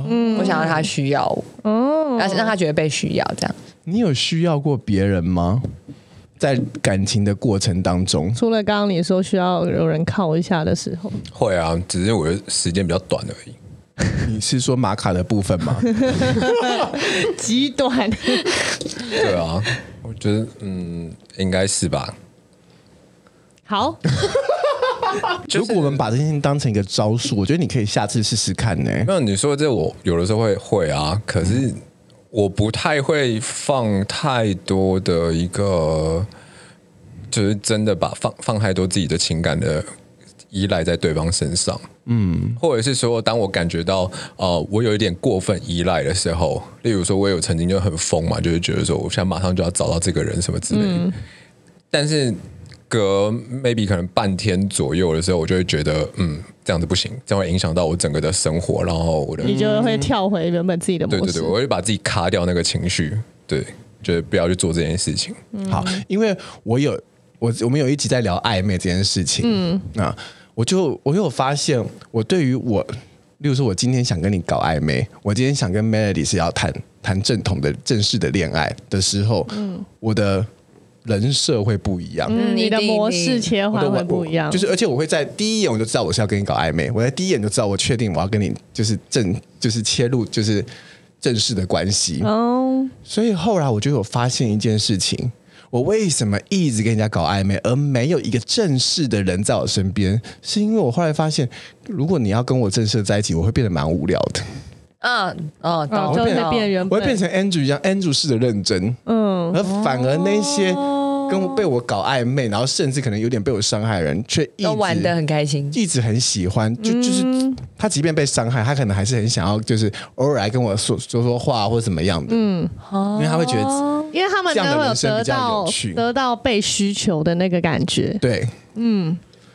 Speaker 4: 嗯，我想要他需要我，
Speaker 2: 哦，
Speaker 4: 而且让他觉得被需要，这样
Speaker 3: 你有需要过别人吗？在感情的过程当中，
Speaker 2: 除了刚刚你说需要有人靠一下的时 候，
Speaker 1: 会啊，只是我的时间比较短而已。
Speaker 3: 你是说玛卡的部分吗？
Speaker 2: 极短，
Speaker 1: 对啊，我觉得嗯，应该是吧。
Speaker 2: 好，
Speaker 3: 如果我们把这件事情当成一个招数，我觉得你可以下次试试看呢、
Speaker 1: 没有，你说这我有的时候会会啊，可是我不太会放太多的一个，就是真的把放放太多自己的情感的依赖在对方身上。嗯，或者是说，当我感觉到呃，我有一点过分依赖的时候，例如说，我有曾经就很疯嘛，就是觉得说，我现在马上就要找到这个人什么之类的。但是隔 maybe 可能半天左右的时候，我就会觉得，嗯，这样子不行，这样会影响到我整个的生活，
Speaker 2: 嗯
Speaker 1: 然后我的，
Speaker 2: 你就会跳回原本自己的
Speaker 1: 对
Speaker 2: 模
Speaker 1: 对
Speaker 2: 式
Speaker 1: 对，。我会把自己卡掉那个情绪，对，就是不要去做这件事情。
Speaker 2: 嗯
Speaker 3: 好，因为我有我我们有一集在聊暧昧这件事情，嗯，那我就我有发现，我对于我，例如说，我今天想跟你搞暧昧，我今天想跟 Melody 是要谈谈正统的正式的恋爱的时候，嗯，我的人设会不一样。
Speaker 2: 嗯，你的
Speaker 4: 一定
Speaker 2: 模式切
Speaker 3: 我的
Speaker 2: 换会不一样，
Speaker 3: 就是而且我会在第一眼我就知道我是要跟你搞暧昧，我在第一眼就知道我确定我要跟你就是正就是切入就是正式的关系，
Speaker 2: 哦，
Speaker 3: 所以后来我就有发现一件事情：我为什么一直跟人家搞暧昧，而没有一个正式的人在我身边？是因为我后来发现，如果你要跟我正式地在一起，我会变得蛮无聊的，
Speaker 4: 嗯哦，
Speaker 2: 哦
Speaker 4: 懂，
Speaker 2: 就会
Speaker 4: 懂
Speaker 2: 变原
Speaker 3: 我
Speaker 2: 本，
Speaker 3: 会变成 Andrew 一样，Andrew 式的认真。
Speaker 2: 嗯，
Speaker 3: 而反而那些跟我被我搞暧昧，然后甚至可能有点被我伤害的人，却一直
Speaker 4: 都玩的很开心。
Speaker 3: 一直很喜欢，就就是、他即便被伤害，他可能还是很想要，就是偶尔来跟我说说说话或怎么样的，嗯，因为他会觉得
Speaker 2: 因为他们都
Speaker 3: 这样的
Speaker 2: 有
Speaker 3: 人生
Speaker 2: 得
Speaker 3: 比较
Speaker 2: 到
Speaker 3: 有趣
Speaker 2: 得到被需求的那个感觉，
Speaker 3: 对。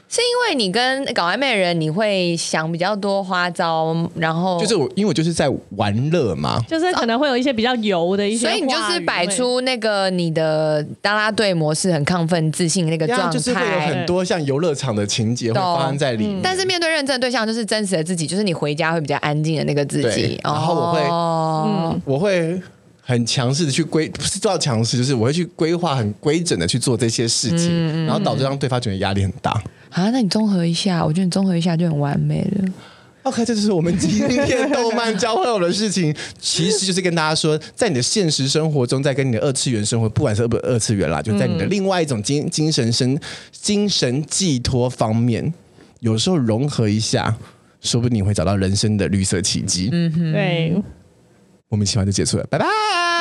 Speaker 4: 是因为你跟搞暧昧的人，你会想比较多花招，然后
Speaker 3: 就是我，因为我就是在玩乐嘛，
Speaker 2: 就是可能会有一些比较油的一些
Speaker 4: 所
Speaker 2: 话
Speaker 4: 以
Speaker 2: 语
Speaker 4: 你
Speaker 2: 会，
Speaker 4: 就是摆出那个你的啦啦队模式，很亢奋、自信那个
Speaker 3: 呀
Speaker 4: 状
Speaker 3: 就是会有
Speaker 4: 态。
Speaker 3: 很多像游乐场的情节会
Speaker 4: 懂嗯
Speaker 3: 发生在里面。
Speaker 4: 但是面对认真的对象，就是真实的自己，就是你回家会比较安静的那个自己
Speaker 3: 对。然后我会
Speaker 2: 嗯
Speaker 3: 嗯
Speaker 4: 哦
Speaker 3: 我会很强势的去规，不是做到强势，就是我会去规划很规整的去做这些事
Speaker 4: 嗯
Speaker 3: 情，然后导致让对方觉得压力很大。
Speaker 4: 啊，那你综合一下，我觉得你综合一下就很完美了。
Speaker 3: OK，这就是我们今天动漫教会我的事 情，其实就是跟大家说，在你的现实生活中，在跟你的二次元生活，不管是不二次元啦，就在你的另外一种精精神生精神寄托方面，有时候融合一下，说不定你会找到人生的绿色奇迹。嗯，
Speaker 2: 对。
Speaker 3: 我们喜欢就结束了，拜拜。